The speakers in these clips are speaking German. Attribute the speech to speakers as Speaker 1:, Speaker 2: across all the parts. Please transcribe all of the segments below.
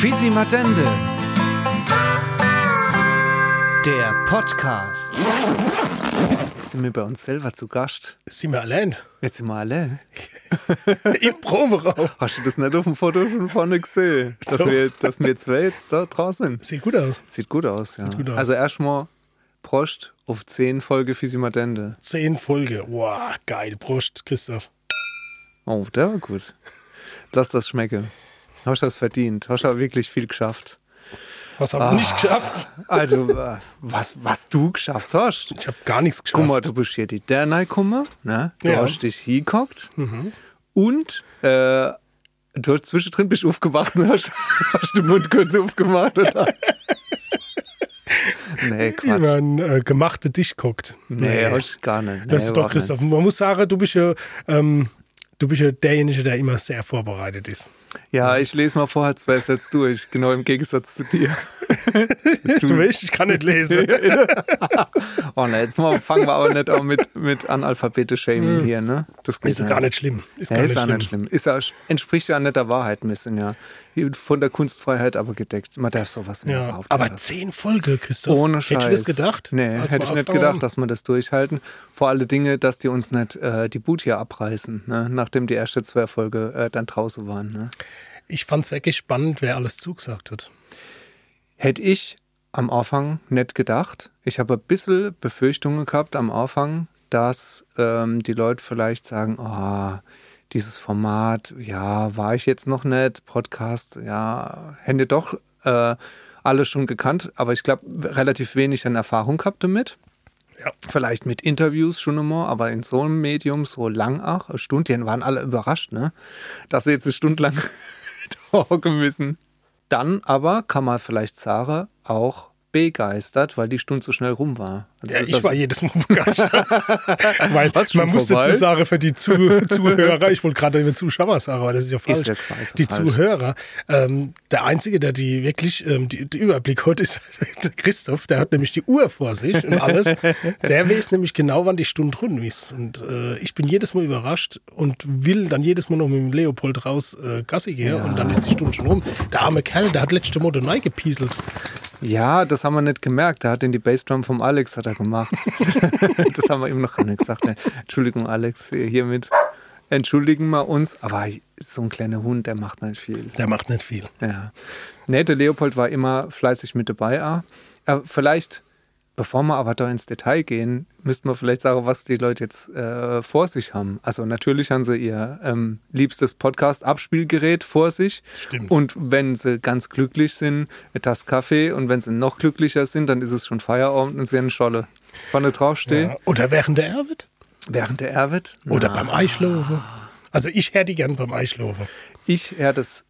Speaker 1: Quisimatende. Der Podcast. Jetzt sind wir bei uns selber zu Gast.
Speaker 2: Sind wir allein?
Speaker 1: Jetzt sind wir alle.
Speaker 2: Im Proberaum.
Speaker 1: Hast du das nicht auf dem Foto von vorne gesehen? Dass
Speaker 2: Doch.
Speaker 1: wir, dass wir zwei jetzt da draußen sind.
Speaker 2: Sieht gut aus.
Speaker 1: Sieht gut aus, ja.
Speaker 2: gut aus.
Speaker 1: Also erstmal Prost auf 10 Folge Fisimatende.
Speaker 2: Zehn Folge. Wow, geil. Prost, Christoph.
Speaker 1: Oh, der war gut. Lass das schmecken. Hast das verdient. Hast aber wirklich viel geschafft.
Speaker 2: Was
Speaker 1: Ah.
Speaker 2: haben wir nicht geschafft?
Speaker 1: Also, äh, was, was du geschafft hast.
Speaker 2: Ich habe gar nichts
Speaker 1: Guck mal,
Speaker 2: geschafft.
Speaker 1: du bist hier die der Neikumme, ne? Du
Speaker 2: Ja. Mhm.
Speaker 1: hast dich hingeguckt und äh, du hast zwischendrin bist du aufgewacht und hast, hast den Mund kurz aufgemacht. Oder? nee,
Speaker 2: Über
Speaker 1: Quatsch.
Speaker 2: einen äh, gemachten Tisch guckt.
Speaker 1: Nee, hast gar nicht.
Speaker 2: Das
Speaker 1: nee,
Speaker 2: ist doch,
Speaker 1: überhaupt nicht.
Speaker 2: Christoph. Man muss sagen, du bist ja, ähm, du bist ja derjenige, der immer sehr vorbereitet ist.
Speaker 1: Ja, ich lese mal vorher zwei Sätze durch, genau im Gegensatz zu dir.
Speaker 2: Du, weißt, ich kann nicht lesen.
Speaker 1: Oh ne, jetzt mal, fangen wir aber nicht auch mit, mit Analphabete-Shaming hier, ne? Das geht
Speaker 2: ist ja Hm. gar nicht schlimm. Ist
Speaker 1: Ja,
Speaker 2: gar
Speaker 1: ist
Speaker 2: nicht
Speaker 1: ja
Speaker 2: schlimm.
Speaker 1: nicht schlimm. Ist ja, entspricht ja nicht der Wahrheit ein bisschen, ja. Von der Kunstfreiheit aber gedeckt. Man darf sowas nicht
Speaker 2: Ja,
Speaker 1: überhaupt
Speaker 2: aber
Speaker 1: nicht.
Speaker 2: zehn Folge, Christoph.
Speaker 1: ohne Scheiß.
Speaker 2: Hättest du das gedacht?
Speaker 1: Nee, hätte
Speaker 2: Als wir
Speaker 1: ich nicht
Speaker 2: angefangen
Speaker 1: gedacht,
Speaker 2: haben?
Speaker 1: dass wir das durchhalten. Vor alle Dinge, dass die uns nicht äh, die Boot hier abreißen, ne? nachdem die erste zwei Folge äh, dann draußen waren. Ne?
Speaker 2: Ich fand es wirklich spannend, wer alles zugesagt hat.
Speaker 1: Hätte ich am Anfang nicht gedacht. Ich habe ein bisschen Befürchtungen gehabt am Anfang, dass ähm, die Leute vielleicht sagen, ah, dieses Format, ja, war ich jetzt noch nicht, Podcast, ja, hätte doch äh, alle schon gekannt, aber ich glaube, relativ wenig an Erfahrung gehabt damit.
Speaker 2: Ja.
Speaker 1: Vielleicht mit Interviews schon immer, aber in so einem Medium, so lang auch, eine Stunde, die waren alle überrascht, ne? dass sie jetzt eine Stunde lang da hocken müssen. Dann aber kann man vielleicht Sarah auch begeistert, weil die Stunde so schnell rum war. Also
Speaker 2: Ja,
Speaker 1: das-
Speaker 2: ich war jedes Mal begeistert. Weil
Speaker 1: Was, schon
Speaker 2: man muss
Speaker 1: vorbei?
Speaker 2: dazu sagen, für die Zu Zuhörer, ich wollte gerade über Zuschauer sagen, aber das ist ja falsch.
Speaker 1: ja quasi
Speaker 2: die
Speaker 1: falsch.
Speaker 2: Zuhörer, ähm, der Einzige, der die wirklich ähm, die, den Überblick hat, ist der Christoph, der hat nämlich die Uhr vor sich und alles. Der weiß nämlich genau, wann die Stunde rum ist. Und äh, ich bin jedes Mal überrascht und will dann jedes Mal noch mit dem Leopold raus äh, Gassi gehen und dann ist die Stunde schon rum. Der arme Kerl, der hat letzte Mal neu gepieselt.
Speaker 1: ja, das haben wir nicht gemerkt. Da hat ihn die Bassdrum vom Alex hat er gemacht. das haben wir ihm noch gar nicht gesagt. Ne? Entschuldigung, Alex, hiermit entschuldigen wir uns. Aber so ein kleiner Hund, der macht nicht viel.
Speaker 2: Der macht nicht viel.
Speaker 1: Ja. Nee, der Leopold war immer fleißig mit dabei. auch. Äh, vielleicht, bevor wir aber da ins Detail gehen, müssten wir vielleicht sagen, was die Leute jetzt äh, vor sich haben. Also natürlich haben sie ihr ähm, liebstes Podcast-Abspielgerät vor sich.
Speaker 2: Stimmt.
Speaker 1: Und wenn sie ganz glücklich sind, eine Tasse Kaffee. Und wenn sie noch glücklicher sind, dann ist es schon Feierabend und sie haben eine Scholle. Vorne draufstehen,
Speaker 2: Ja. Oder während der Erwitt?
Speaker 1: während der Erwitt.
Speaker 2: Oder beim Eischlaufen. Also ich hätte gern beim Eischlaufen.
Speaker 1: Ich hätte es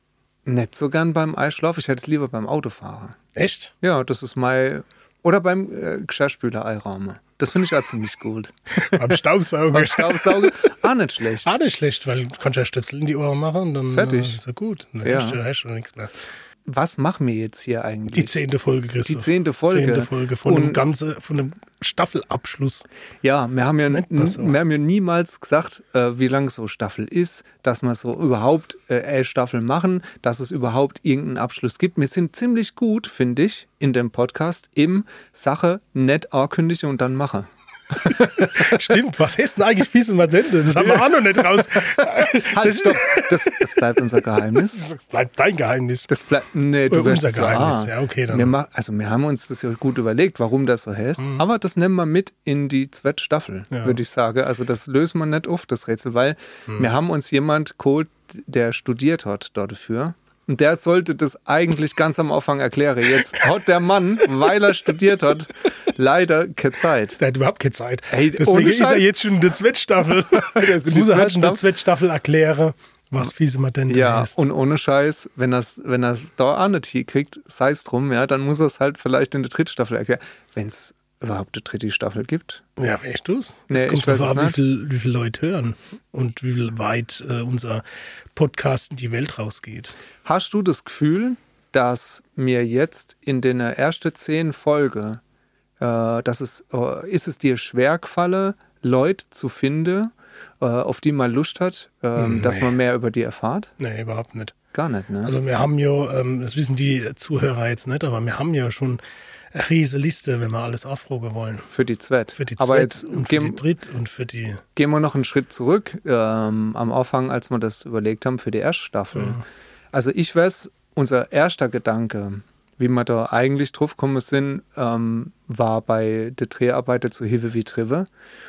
Speaker 1: nicht so gern beim Eischlauf, ich hätte es lieber beim Autofahren.
Speaker 2: Echt?
Speaker 1: Ja, das ist mein. Oder beim äh, Geschirrspüler-Eiraume. Das finde ich auch ziemlich gut.
Speaker 2: Beim Staubsauger.
Speaker 1: Staubsauger, auch nicht schlecht.
Speaker 2: Ah, nicht schlecht, weil du kannst ja Stöpsel in die Ohren machen und dann
Speaker 1: Fertig.
Speaker 2: Äh, ist ja gut. Dann
Speaker 1: Ja.
Speaker 2: hast du, hast du nichts mehr.
Speaker 1: Was machen wir jetzt hier
Speaker 2: Die
Speaker 1: eigentlich?
Speaker 2: zehnte Folge, Christoph.
Speaker 1: Die zehnte Folge.
Speaker 2: Zehnte Folge von
Speaker 1: Und-
Speaker 2: dem ganzen, von dem Staffelabschluss.
Speaker 1: ja, wir haben ja, n-
Speaker 2: man so.
Speaker 1: wir haben ja niemals gesagt, äh, wie lang so Staffel ist, dass wir so überhaupt äh, elf Staffeln machen, dass es überhaupt irgendeinen Abschluss gibt. Wir sind ziemlich gut, finde ich, in dem Podcast im Sache nett ankündige und dann mache.
Speaker 2: Stimmt, was heißt denn eigentlich Fiesenmatente? Das haben wir auch noch nicht raus.
Speaker 1: Halt, stopp. Das, das bleibt unser Geheimnis.
Speaker 2: Das bleibt dein Geheimnis.
Speaker 1: Das bleibt. Nee, du
Speaker 2: Äh,
Speaker 1: wirst
Speaker 2: unser
Speaker 1: es so,
Speaker 2: Geheimnis.
Speaker 1: ah,
Speaker 2: Ja, okay, dann.
Speaker 1: Wir ma- also, wir haben uns das ja gut überlegt, warum das so heißt. Aber das nehmen wir mit in die Zweitstaffel,
Speaker 2: Mhm. Ja. Mhm.
Speaker 1: würde ich sagen. Also, das löst man nicht auf, das Rätsel, weil wir haben uns jemand geholt, der studiert hat dafür. Und der sollte das eigentlich ganz am Anfang erklären. Jetzt hat der Mann, weil er studiert hat, leider keine Zeit.
Speaker 2: Der hat überhaupt keine Zeit.
Speaker 1: Ey,
Speaker 2: Deswegen
Speaker 1: ohne
Speaker 2: ist er
Speaker 1: Scheiß.
Speaker 2: jetzt schon in der Zweitstaffel. Jetzt muss er halt in der Zweitstaffel erklären, was Fiesenmatente
Speaker 1: Ja,
Speaker 2: heißt.
Speaker 1: und ohne Scheiß, wenn das, wenn das da auch nicht hinkriegt, sei es drum, ja, dann muss er es halt vielleicht in der dritten Staffel erklären. Wenn es überhaupt eine dritte Staffel gibt.
Speaker 2: Ja, weißt du es?
Speaker 1: Nee,
Speaker 2: es
Speaker 1: ich
Speaker 2: kommt
Speaker 1: weiß
Speaker 2: drauf
Speaker 1: es
Speaker 2: an, wie
Speaker 1: nicht.
Speaker 2: viel, wie viel Leute hören und wie viel weit äh, unser Podcast in die Welt rausgeht.
Speaker 1: Hast du das Gefühl, dass mir jetzt in den ersten zehn Folge, äh, dass es, äh, ist es dir schwer gefallen, Leute zu finden, äh, auf die man Lust hat, ähm, dass man mehr über die erfährt?
Speaker 2: Nee, überhaupt nicht.
Speaker 1: gar nicht, ne?
Speaker 2: Hm, Also wir haben ja, ähm, das wissen die Zuhörer jetzt nicht, aber wir haben ja schon eine riese Liste, wenn wir alles aufrufen wollen.
Speaker 1: für die Zweit.
Speaker 2: Für die
Speaker 1: Aber
Speaker 2: Zweit
Speaker 1: jetzt
Speaker 2: und für
Speaker 1: gehen,
Speaker 2: die Dritt und für die...
Speaker 1: gehen wir noch einen Schritt zurück ähm, am Anfang, als wir das überlegt haben für die Erststaffel. Also ich weiß, unser erster Gedanke, wie wir da eigentlich drauf gekommen sind, ähm, war bei der Dreharbeiten zu Hive wie Trive,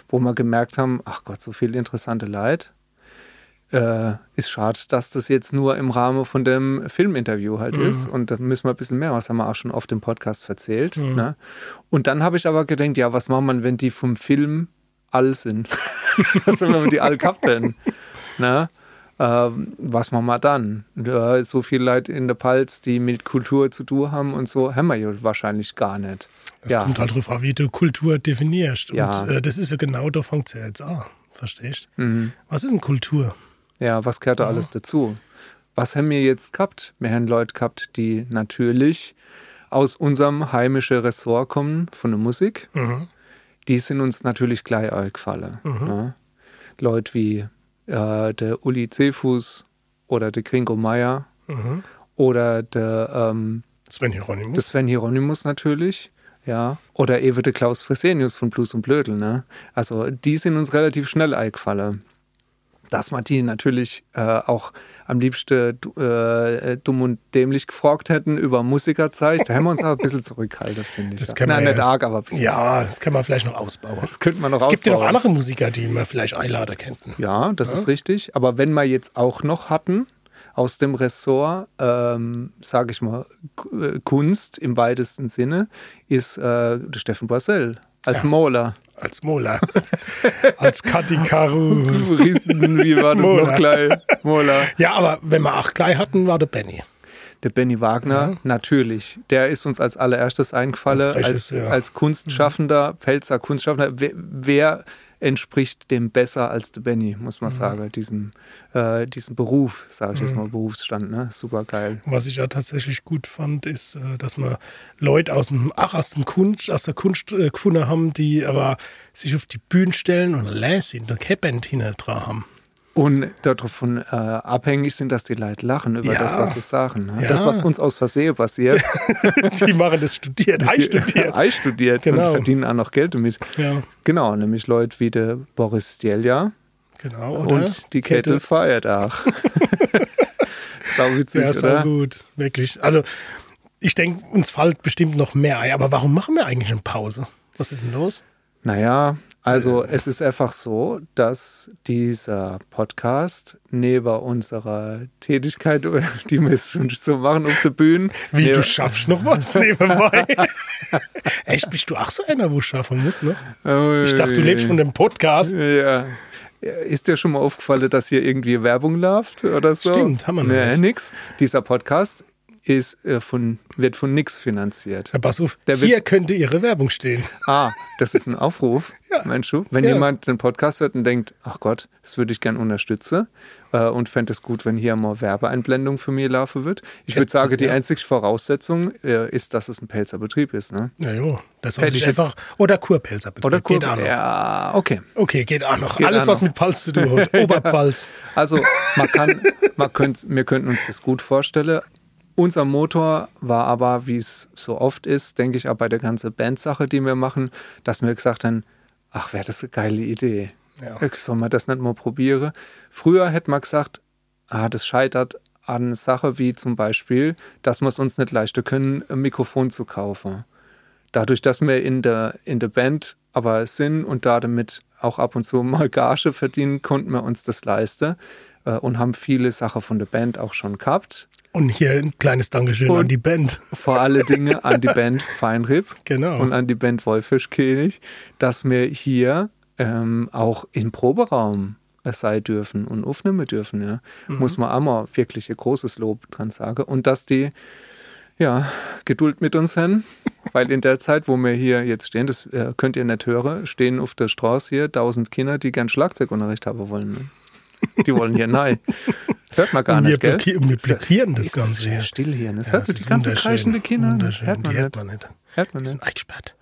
Speaker 1: wo wir gemerkt haben, ach Gott, so viel interessante Leid. Äh, ist schade, dass das jetzt nur im Rahmen von dem Filminterview halt ist und da müssen wir ein bisschen mehr, was haben wir auch schon oft im Podcast erzählt. Ne? Und dann habe ich aber gedacht, ja, was machen wir, wenn die vom Film all sind? was sind wir mit die all Captain? ne? ähm, was machen wir dann? Da ist so viel Leute in der Palz, die mit Kultur zu tun haben und so, haben wir ja wahrscheinlich gar nicht.
Speaker 2: Es kommt halt drauf an, wie du Kultur definierst.
Speaker 1: Ja.
Speaker 2: Und äh, das ist ja genau, da fängt es ja jetzt an. Verstehst du?
Speaker 1: Mhm.
Speaker 2: Was ist denn Kultur?
Speaker 1: Ja, was gehört da alles dazu? Was haben wir jetzt gehabt? Wir haben Leute gehabt, die natürlich aus unserem heimischen Ressort kommen, von der Musik. Die sind uns natürlich gleich eingefallen. Ne? Leute wie äh, der Uli Cephus oder der Gringo Meier oder der ähm,
Speaker 2: Sven Hieronymus.
Speaker 1: das Sven Hieronymus natürlich, ja. Oder Ewe de Klaus Fresenius von Blues und Blödel, ne? Also die sind uns relativ schnell eingefallen. Dass man die natürlich äh, auch am liebsten du- äh, äh, dumm und dämlich gefragt hätten über Musikerzeichen. Da haben wir uns aber ein bisschen zurückgehalten, finde ich.
Speaker 2: Das
Speaker 1: ja.
Speaker 2: kann man
Speaker 1: Nein,
Speaker 2: ja
Speaker 1: nicht
Speaker 2: erst-
Speaker 1: arg, aber ein bisschen.
Speaker 2: ja, das kann man vielleicht noch ausbauen.
Speaker 1: Das könnte man noch
Speaker 2: Es gibt ja noch
Speaker 1: ausbauen.
Speaker 2: andere Musiker, die man vielleicht einladen könnten.
Speaker 1: Ja, das ist richtig. Aber wenn wir jetzt auch noch hatten, aus dem Ressort, ähm, sage ich mal, K- äh, Kunst im weitesten Sinne, ist äh, der Steffen Boissel als Maler.
Speaker 2: Als Mola. Als Kati Karu.
Speaker 1: Riesen, wie war das noch
Speaker 2: Maler.
Speaker 1: gleich? Maler.
Speaker 2: Ja, aber wenn wir acht gleich hatten, war der Benny.
Speaker 1: Der Benny Wagner, natürlich. Der ist uns als allererstes eingefallen,
Speaker 2: Als
Speaker 1: als, Mhm. als,
Speaker 2: Regisseur.
Speaker 1: Kunstschaffender, Pelzer Kunstschaffender. Wer, wer entspricht dem besser als der Benny, muss man sagen, diesem, äh, diesem Beruf, sage ich jetzt mal, Berufsstand, ne? Super geil.
Speaker 2: Was ich ja tatsächlich gut fand, ist, äh, dass wir Leute aus dem, ach, aus dem Kunst, aus der Kunst äh, gefunden haben, die aber sich auf die Bühne stellen und lesen und Headband hinten dran haben.
Speaker 1: Und davon äh, abhängig sind, dass die Leute lachen über
Speaker 2: Ja.
Speaker 1: das, was sie sagen. Ne?
Speaker 2: Ja.
Speaker 1: Das, was uns aus Versehen passiert,
Speaker 2: Die machen das studiert, einstudiert.
Speaker 1: einstudiert und
Speaker 2: Genau.
Speaker 1: verdienen auch noch Geld damit.
Speaker 2: Ja,
Speaker 1: Genau, nämlich Leute wie der Boris Djelja
Speaker 2: genau. Oder?
Speaker 1: und die Kettel Feuerdach. Sauwitzig,
Speaker 2: Ja,
Speaker 1: oder?
Speaker 2: sehr gut, wirklich. Also, ich denke, uns fällt bestimmt noch mehr ein. Aber warum machen wir eigentlich eine Pause? Was ist denn los?
Speaker 1: Naja, also es ist einfach so, dass dieser Podcast neben unserer Tätigkeit, die wir es schon so machen auf der Bühne,
Speaker 2: Wie,
Speaker 1: neben-
Speaker 2: du schaffst noch was nebenbei? Echt, bist du auch so einer, wo schaffen muss, ne? Ich dachte, du lebst von dem Podcast.
Speaker 1: Ja. Ist dir schon mal aufgefallen, dass hier irgendwie Werbung läuft oder so?
Speaker 2: Stimmt, haben wir noch
Speaker 1: nee,
Speaker 2: nicht.
Speaker 1: nix. Dieser Podcast ist, äh, von, wird von nix finanziert.
Speaker 2: Herr Basshoff,
Speaker 1: Der wird-
Speaker 2: hier könnte Ihre Werbung stehen.
Speaker 1: Ah, das ist ein Aufruf,
Speaker 2: Ja.
Speaker 1: meinst du? Wenn
Speaker 2: Ja.
Speaker 1: jemand den Podcast hört und denkt, ach Gott, das würde ich gern unterstützen äh, und fände es gut, wenn hier mal Werbeeinblendung für mich laufen wird. Ich würde sagen, die einzige Voraussetzung äh, ist, dass es ein Pelzer Betrieb ist. Ne?
Speaker 2: Na jo, das soll
Speaker 1: Hätte
Speaker 2: sich
Speaker 1: ich jetzt-
Speaker 2: einfach. Oder Kurpelzer bitte.
Speaker 1: Oder
Speaker 2: geht
Speaker 1: Kur-
Speaker 2: auch noch.
Speaker 1: Ja, okay.
Speaker 2: Okay, geht auch noch.
Speaker 1: Geht
Speaker 2: Alles,
Speaker 1: auch
Speaker 2: was
Speaker 1: noch.
Speaker 2: mit Pfalz zu tun hat. Oberpfalz.
Speaker 1: Also, man kann, man könnt, wir könnten uns das gut vorstellen. Unser Motor war aber, wie es so oft ist, denke ich auch bei der ganzen Bandsache, die wir machen, dass wir gesagt haben, ach, wäre das eine geile Idee. Äh,
Speaker 2: Ja.
Speaker 1: Soll man das nicht mal probieren? Früher hätte man gesagt, ah, das scheitert an Sache wie zum Beispiel, dass wir es uns nicht leisten können, ein Mikrofon zu kaufen dadurch, dass wir in der, in der Band aber sind und da damit auch ab und zu mal Gage verdienen, konnten wir uns das leisten äh, und haben viele Sachen von der Band auch schon gehabt.
Speaker 2: Und hier ein kleines Dankeschön
Speaker 1: Und-
Speaker 2: an die Band.
Speaker 1: Vor alle Dinge an die Band Feinrib
Speaker 2: Genau.
Speaker 1: und an die Band Wolfischkönig, dass wir hier ähm, auch im Proberaum es sein dürfen und aufnehmen dürfen. Ja.
Speaker 2: Mhm.
Speaker 1: Muss man auch mal wirklich ein großes Lob dran sagen. Und dass die ja, Geduld mit uns hin, weil in der Zeit, wo wir hier jetzt stehen, das äh, könnt ihr nicht hören, stehen auf der Straße hier tausend Kinder, die gern Schlagzeugunterricht haben wollen. Ne? Die wollen hier nein. Das hört man gar
Speaker 2: wir,
Speaker 1: nicht, gell?
Speaker 2: blocki wir blockieren das
Speaker 1: Ist
Speaker 2: Ganze hier.
Speaker 1: das still hier. ne? Das
Speaker 2: Ja,
Speaker 1: hört
Speaker 2: es
Speaker 1: man, die
Speaker 2: ist
Speaker 1: ganzen
Speaker 2: wunderschön.
Speaker 1: kreischenden Kinder,
Speaker 2: Wunderschön.
Speaker 1: hört man
Speaker 2: die hört
Speaker 1: nicht.
Speaker 2: man nicht.
Speaker 1: Hört man
Speaker 2: Die
Speaker 1: nicht.
Speaker 2: sind eingesperrt.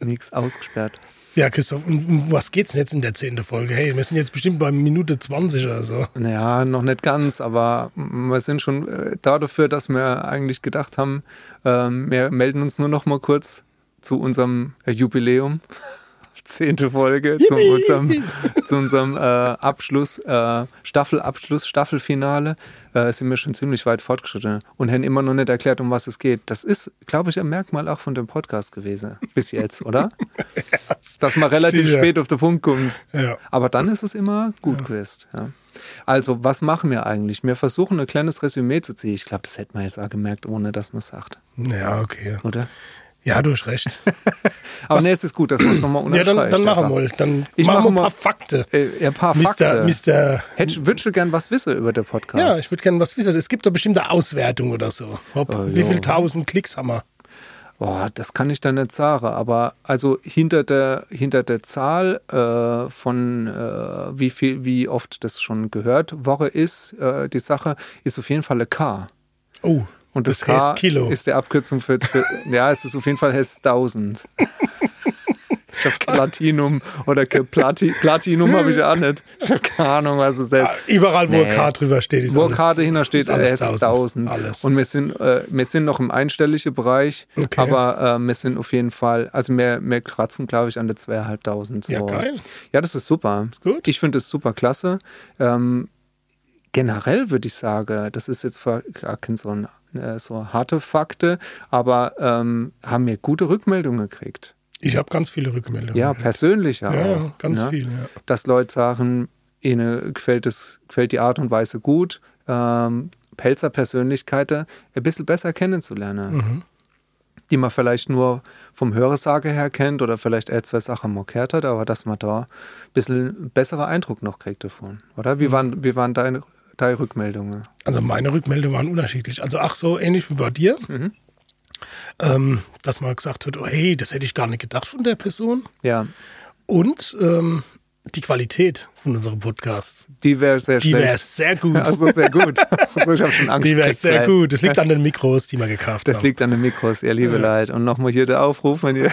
Speaker 1: Nichts ausgesperrt.
Speaker 2: Ja, Christoph, und um was geht's denn jetzt in der zehnten Folge? Hey, wir sind jetzt bestimmt bei Minute 20 oder so.
Speaker 1: Naja, noch nicht ganz, aber wir sind schon äh, da dafür, dass wir eigentlich gedacht haben, ähm, wir melden uns nur noch mal kurz zu unserem äh, Jubiläum. Zehnte Folge zu unserem, zu unserem äh, Abschluss, äh, Staffelabschluss, Staffelfinale, äh, sind wir schon ziemlich weit fortgeschritten und haben immer noch nicht erklärt, um was es geht. Das ist, glaube ich, ein Merkmal auch von dem Podcast gewesen, bis jetzt, oder? Dass man relativ
Speaker 2: sicher.
Speaker 1: spät auf den Punkt kommt.
Speaker 2: Ja.
Speaker 1: Aber dann ist es immer gut gewesen. Ja. Also, was machen wir eigentlich? Wir versuchen, ein kleines Resümee zu ziehen. Ich glaube, das hätte man jetzt auch gemerkt, ohne dass man es sagt,
Speaker 2: Ja, okay.
Speaker 1: oder?
Speaker 2: Ja, du hast recht.
Speaker 1: Aber
Speaker 2: Was-
Speaker 1: nee, es ist gut, dass wir es nochmal
Speaker 2: ja,
Speaker 1: unterstreichen.
Speaker 2: dann, dann machen wir mal. Dann
Speaker 1: Ich
Speaker 2: machen wir ein
Speaker 1: mach mal-
Speaker 2: paar Fakten.
Speaker 1: Äh, ja, ein paar
Speaker 2: Mister,
Speaker 1: Fakten.
Speaker 2: Mister,
Speaker 1: Hätte, würdest du gern was wissen über den Podcast?
Speaker 2: ja, ich würde gerne was wissen. Es gibt da bestimmt eine Auswertung oder so. Ob,
Speaker 1: Oh,
Speaker 2: wie
Speaker 1: ja.
Speaker 2: viel tausend Klicks haben wir?
Speaker 1: Boah, das kann ich dann nicht sagen, aber also hinter der, hinter der Zahl äh, von äh, wie viel, wie oft das schon gehört Woche ist, äh, die Sache ist auf jeden Fall eine K.
Speaker 2: Oh,
Speaker 1: Und das,
Speaker 2: das,
Speaker 1: K
Speaker 2: heißt Kilo.
Speaker 1: ist der Abkürzung für, für ja, es ist auf jeden Fall heißt 1000. Ich habe Platinum oder ke- Plati, Platinum habe ich auch nicht. Ich habe keine Ahnung, was es heißt.
Speaker 2: Überall, wo
Speaker 1: Nee.
Speaker 2: ein K drüber steht, ist
Speaker 1: Wo
Speaker 2: alles-
Speaker 1: Karte hinter steht,
Speaker 2: ist alles
Speaker 1: es ist 1000.
Speaker 2: Alles.
Speaker 1: Und wir sind, äh, wir sind noch im einstelligen Bereich,
Speaker 2: Okay.
Speaker 1: aber äh, wir sind auf jeden Fall, also wir, wir kratzen, glaube ich, an der 2500. So.
Speaker 2: Ja, geil.
Speaker 1: Ja, das ist super.
Speaker 2: Gut.
Speaker 1: Ich finde das super klasse. Ähm, generell würde ich sagen, das ist jetzt ver- gar kein so, ein, äh, so harte Fakte, aber ähm, haben wir gute Rückmeldungen gekriegt.
Speaker 2: ich habe ganz viele Rückmeldungen.
Speaker 1: Ja, persönlich auch.
Speaker 2: Mhm. ja, ja, ganz
Speaker 1: ne?
Speaker 2: viele. Ja.
Speaker 1: dass Leute sagen, ihnen gefällt, es, gefällt die Art und Weise gut, ähm, Pelzer-Persönlichkeiten ein bisschen besser kennenzulernen.
Speaker 2: Mhm.
Speaker 1: Die man vielleicht nur vom Hörersage her kennt oder vielleicht eher zwei Sachen mokert hat, aber dass man da ein bisschen besseren Eindruck noch kriegt davon. Oder?
Speaker 2: Mhm.
Speaker 1: Wie waren, wie waren deine, deine Rückmeldungen?
Speaker 2: Also meine Rückmeldungen waren unterschiedlich. Also ach so, ähnlich wie bei dir.
Speaker 1: Mhm.
Speaker 2: Ähm, dass man gesagt hat, oh hey, das hätte ich gar nicht gedacht von der Person.
Speaker 1: Ja,
Speaker 2: Und ähm, die Qualität von unserem Podcast,
Speaker 1: die wäre sehr
Speaker 2: die
Speaker 1: schlecht.
Speaker 2: wäre sehr gut.
Speaker 1: Also sehr gut. Also ich habe schon Angst.
Speaker 2: die wäre
Speaker 1: gekriegt,
Speaker 2: sehr
Speaker 1: gleich.
Speaker 2: gut. Das liegt an den Mikros, die wir gekauft
Speaker 1: Das
Speaker 2: haben.
Speaker 1: liegt an den Mikros, ihr liebe Leid. Und nochmal hier der Aufruf, wenn ihr.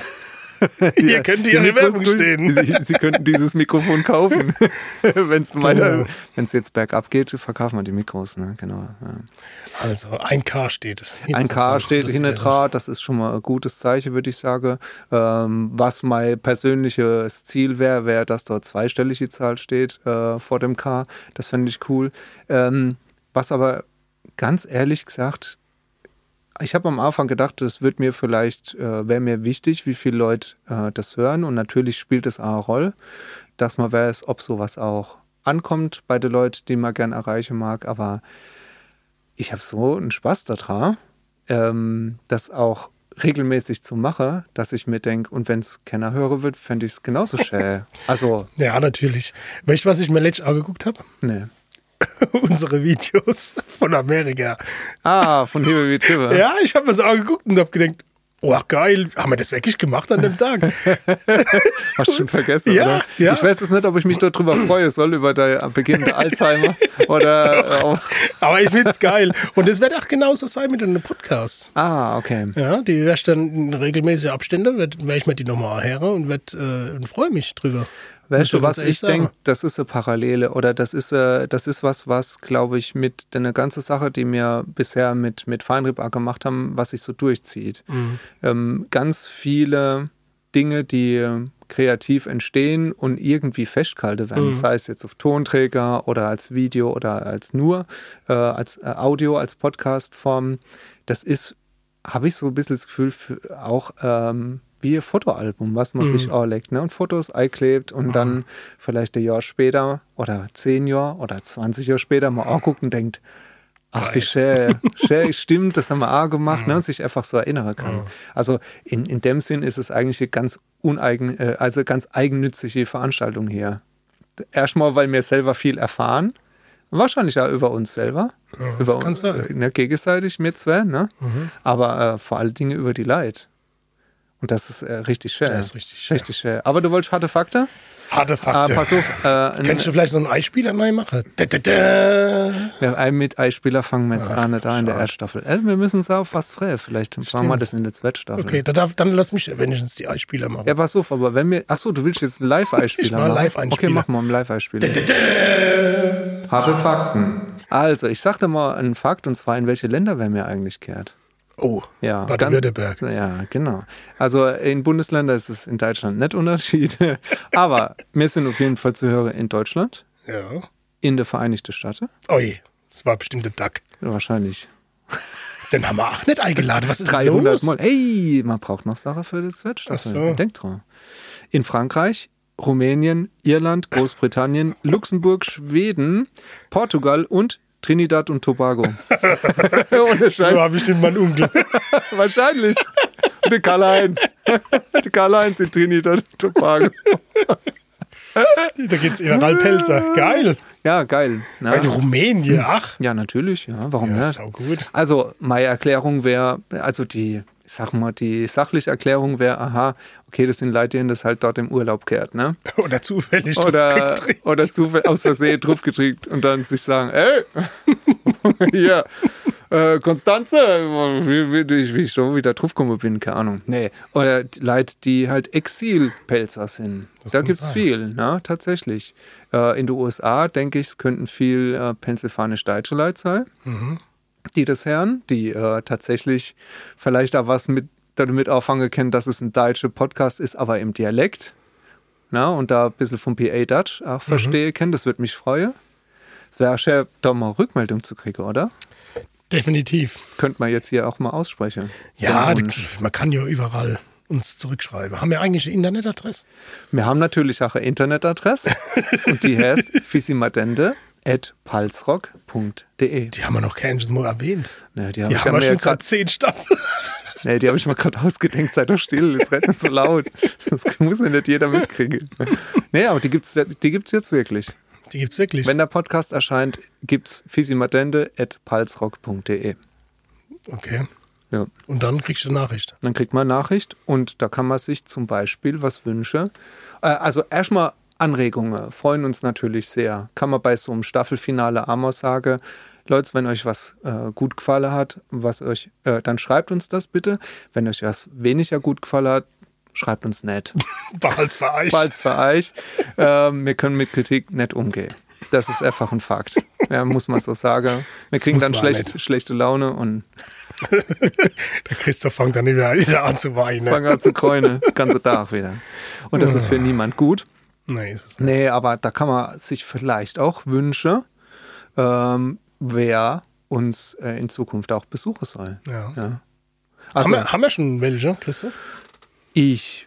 Speaker 2: Hier könnte Ihre
Speaker 1: Mikros
Speaker 2: Werbung
Speaker 1: grün-
Speaker 2: stehen.
Speaker 1: Sie, Sie könnten dieses Mikrofon kaufen. wenn es
Speaker 2: Genau.
Speaker 1: jetzt bergab geht, verkaufen wir die Mikros. Ne? Genau. Ja.
Speaker 2: Also ein K steht.
Speaker 1: Ein K steht
Speaker 2: Das
Speaker 1: hinter
Speaker 2: wäre-
Speaker 1: dran, das ist schon mal ein gutes Zeichen, würde ich sagen. Ähm, was mein persönliches Ziel wäre, wäre, dass dort zweistellige Zahl steht äh, vor dem K. Das fände ich cool. Ähm, was aber ganz ehrlich gesagt, ich habe am Anfang gedacht, das wird mir vielleicht, äh, wäre mir wichtig, wie viele Leute äh, das hören. Und natürlich spielt es auch eine Rolle, dass man weiß, ob sowas auch ankommt bei den Leuten, die man gern erreichen mag. Aber ich habe so einen Spaß daran, ähm, das auch regelmäßig zu machen, dass ich mir denke, und wenn es keiner höre wird, fände ich es genauso schön. Also,
Speaker 2: Ja, natürlich. Weißt du, was ich mir letztes angeguckt habe?
Speaker 1: ne.
Speaker 2: Unsere Videos von Amerika.
Speaker 1: Ah, von Himmel wie Tribber.
Speaker 2: Ja, ich habe mir das angeguckt und habe gedacht, oh geil, haben wir das wirklich gemacht an dem Tag?
Speaker 1: Hast du schon vergessen,
Speaker 2: Ja,
Speaker 1: oder?
Speaker 2: ja.
Speaker 1: Ich weiß jetzt nicht, ob ich mich darüber freue soll, über dein beginnende Alzheimer oder. Äh,
Speaker 2: Aber ich find's geil. Und das wird auch genauso sein mit einem Podcast.
Speaker 1: ah, okay.
Speaker 2: Ja, die werde ich dann in regelmäßigen Abständen, werde ich mir die nochmal her und, werd, äh, und freue mich drüber. Muss
Speaker 1: Weißt du,
Speaker 2: ganz
Speaker 1: was
Speaker 2: ehrlich
Speaker 1: ich
Speaker 2: sagen.
Speaker 1: denke, das ist eine Parallele oder das ist, äh, das ist was, was, glaube ich, mit der ganzen Sache, die wir bisher mit, mit Feinripp auch gemacht haben, was sich so durchzieht.
Speaker 2: Mhm.
Speaker 1: Ähm, ganz viele Dinge, die äh, kreativ entstehen und irgendwie festgehalten werden, sei es jetzt auf Tonträger oder als Video oder als nur, äh, als äh, Audio, als Podcastform, das ist habe ich so ein bisschen das Gefühl, für auch ähm, wie ein Fotoalbum, was man sich anlegt, ne? Und Fotos einklebt und dann vielleicht ein Jahr später oder zehn Jahre oder 20 Jahre später mal anguckt und denkt, ach, wie schön, schön, stimmt, das haben wir auch gemacht,
Speaker 2: Mhm.
Speaker 1: ne? Und sich einfach so erinnern kann. Also in, in dem Sinn ist es eigentlich eine ganz uneigen, äh, also ganz eigennützige Veranstaltung hier. Erstmal, weil wir selber viel erfahren. Wahrscheinlich auch über uns selber. über
Speaker 2: kann
Speaker 1: uns,
Speaker 2: sein. Mhm.
Speaker 1: ne, gegenseitig mit zwei, ne? Aber äh, vor allen Dingen über die Leid. Und das ist äh, richtig schön.
Speaker 2: Das ist richtig schön.
Speaker 1: richtig schön. Aber du wolltest harte Fakten?
Speaker 2: Harte
Speaker 1: Ah,
Speaker 2: Fakten.
Speaker 1: pass auf, äh,
Speaker 2: Kannst du vielleicht so einen Eispieler neu machen? Da, da, da.
Speaker 1: wir haben mit Eispieler fangen wir jetzt
Speaker 2: Ach,
Speaker 1: an, da in der
Speaker 2: schade.
Speaker 1: Erststaffel. Äh, wir müssen es auf was frei. Vielleicht fangen wir
Speaker 2: Stimmt.
Speaker 1: das in der Zweitstaffel.
Speaker 2: Okay, da darf, dann lass mich wenigstens die Eispieler machen.
Speaker 1: Ja, pass auf, aber wenn wir. Achso, du willst jetzt einen Live-Einspieler
Speaker 2: Ich mach einen
Speaker 1: machen?
Speaker 2: Live-Einspieler.
Speaker 1: Okay, mach mal einen Live-Einspieler. Harte Fakten. Also, ich sag dir mal einen Fakt und zwar, in welche Länder wären wir eigentlich kehrt.
Speaker 2: Oh,
Speaker 1: Ja,
Speaker 2: Baden-Württemberg.
Speaker 1: ganz- Ja, genau. Also in Bundesländern ist es in Deutschland nicht Unterschiede, aber wir sind auf jeden Fall Zuhörer in Deutschland,
Speaker 2: Ja.
Speaker 1: in der Vereinigten Staaten,
Speaker 2: Oh je, das war bestimmt der Duck.
Speaker 1: wahrscheinlich
Speaker 2: Den haben wir auch nicht eingeladen. Was ist
Speaker 1: 300
Speaker 2: los?
Speaker 1: Mal. Hey, man braucht noch Sache für die
Speaker 2: Ach
Speaker 1: Zweitstaffel.
Speaker 2: so.
Speaker 1: Denkt dran. In Frankreich, Rumänien, Irland, Großbritannien, Luxemburg, Schweden, Portugal und Trinidad und Tobago. Ohne
Speaker 2: So
Speaker 1: Scheiß.
Speaker 2: habe ich den Mann umgelegt.
Speaker 1: Wahrscheinlich. Der Karl-Heinz. Der Karl-Heinz in Trinidad und Tobago.
Speaker 2: Da geht's eher Ralf Pelzer. Geil.
Speaker 1: Ja, geil. Na,
Speaker 2: In Rumänien, ach.
Speaker 1: ja, natürlich. Ja, warum
Speaker 2: Ja,
Speaker 1: nicht?
Speaker 2: sau gut.
Speaker 1: Also, meine Erklärung wäre, also die, ich sag mal, die sachliche Erklärung wäre, aha, okay, das sind Leute, die das halt dort im Urlaub kehrt, ne?
Speaker 2: Oder zufällig.
Speaker 1: Oder,
Speaker 2: draufgedreht.
Speaker 1: oder zufällig aus Versehen draufgetrickt und dann sich sagen, ey, hier, äh, Konstanze, wie, wie, wie, wie ich schon wieder draufgekommen bin, keine Ahnung. Nee. Oder die Leute, die halt Exilpelzer sind. da
Speaker 2: kann
Speaker 1: gibt es
Speaker 2: sein.
Speaker 1: viel, ne? tatsächlich. Äh, in den USA, denke ich, es könnten viel äh, pennsylvanisch-deutsche Leute sein,
Speaker 2: Mhm.
Speaker 1: die das hören, die äh, tatsächlich vielleicht da was mit damit auffangen können, dass es ein deutscher Podcast ist, aber im Dialekt na, und da ein bisschen vom PA Dutch auch
Speaker 2: Mhm.
Speaker 1: verstehe können, das würde mich freuen. Es wäre schön, da mal Rückmeldung zu kriegen, oder?
Speaker 2: Definitiv.
Speaker 1: Könnte man jetzt hier auch mal aussprechen. Genau,
Speaker 2: Ja,
Speaker 1: Den Wunsch.
Speaker 2: man kann ja überall uns zurückschreiben. Haben wir eigentlich eine Internetadresse?
Speaker 1: Wir haben natürlich auch eine Internetadresse und die heißt fisimadende.palzrock.de.
Speaker 2: Die haben wir noch kein Mal erwähnt.
Speaker 1: Ne, die habe
Speaker 2: Die
Speaker 1: ich,
Speaker 2: haben
Speaker 1: mir
Speaker 2: wir
Speaker 1: ja
Speaker 2: schon seit
Speaker 1: grad-
Speaker 2: zehn Staffeln.
Speaker 1: nee, die hab ich mal gerade ausgedenkt. Sei doch still, es rennt so laut. Das muss ja nicht jeder mitkriegen. Nee, aber die gibt es die gibt's jetzt wirklich.
Speaker 2: Die gibt's wirklich.
Speaker 1: Wenn der Podcast erscheint, gibt es fisimadende.palzrock.de.
Speaker 2: Okay.
Speaker 1: Ja.
Speaker 2: Und dann kriegst du eine Nachricht.
Speaker 1: Dann kriegt man eine Nachricht und da kann man sich zum Beispiel was wünschen. Äh, also erstmal Anregungen freuen uns natürlich sehr. Kann man bei so einem Staffelfinale Amos sagen, Leute, wenn euch was äh, gut gefallen hat, was euch, äh, dann schreibt uns das bitte. Wenn euch was weniger gut gefallen hat, schreibt uns nicht.
Speaker 2: Balls war halt ich.
Speaker 1: Falls für euch. Ähm, wir können mit Kritik nicht umgehen. Das ist einfach ein Fakt. Ja, muss man so sagen. Wir kriegen
Speaker 2: muss
Speaker 1: dann
Speaker 2: man
Speaker 1: schlecht,
Speaker 2: nicht.
Speaker 1: schlecht schlechte Laune und
Speaker 2: Der Christoph fängt dann wieder, wieder an zu weinen.
Speaker 1: fangen an zu kräune. Ganze Tag wieder. Und das ist für niemand gut.
Speaker 2: Nee, ist es nicht.
Speaker 1: Nee, aber da kann man sich vielleicht auch wünschen, ähm, wer uns äh, in Zukunft auch besuchen soll.
Speaker 2: Ja.
Speaker 1: Ja.
Speaker 2: haben,
Speaker 1: Also
Speaker 2: wir, haben wir schon welche, Christoph?
Speaker 1: ich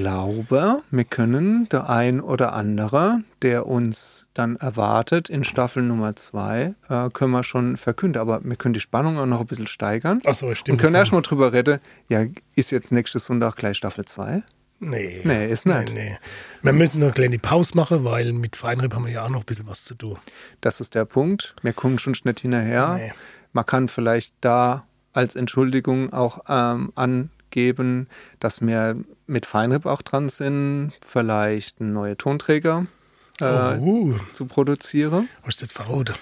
Speaker 1: glaube, wir können der ein oder andere, der uns dann erwartet in Staffel Nummer zwei, äh, können wir schon verkünden. Aber wir können die Spannung auch noch ein bisschen steigern.
Speaker 2: Achso,
Speaker 1: Wir
Speaker 2: stimmt.
Speaker 1: können
Speaker 2: das war-
Speaker 1: erstmal drüber reden, ja, ist jetzt nächstes Sonntag gleich Staffel 2?
Speaker 2: Nee.
Speaker 1: Nee, ist nicht.
Speaker 2: Nee, nee. Wir müssen noch eine kleine Pause machen, weil mit Feinripp haben wir ja auch noch ein bisschen was zu tun.
Speaker 1: Das ist der Punkt. Wir kommen schon nicht hinterher.
Speaker 2: Nee.
Speaker 1: Man kann vielleicht da als Entschuldigung auch ähm, angeben, dass wir mit Feinripp auch dran sind, vielleicht einen neuen Tonträger äh,
Speaker 2: oh,
Speaker 1: zu produzieren.
Speaker 2: hast du jetzt verraten?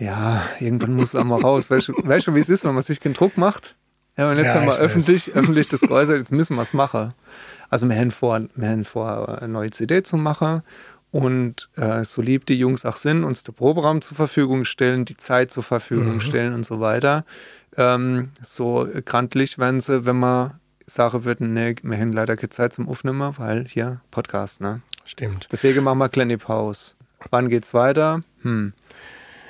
Speaker 1: Ja, irgendwann muss es auch mal raus. Weißt du, weißt du, wie es ist, wenn man sich den Druck macht? Ja, und jetzt
Speaker 2: Ja,
Speaker 1: haben wir
Speaker 2: ich weiß.
Speaker 1: öffentlich, öffentlich das geäußert, jetzt müssen wir es machen. Also wir haben vor, wir haben vor, eine neue CD zu machen. Und äh, so lieb die Jungs auch sind, uns den Proberaum zur Verfügung stellen, die Zeit zur
Speaker 2: Mhm.
Speaker 1: Verfügung stellen und so weiter. Ähm, so grantlich werden sie, wenn man sagen würden, nee, wir haben leider keine Zeit zum Aufnehmen, weil hier Podcast, ne?
Speaker 2: Stimmt.
Speaker 1: Deswegen machen wir eine kleine Pause. Wann geht's weiter? Hm.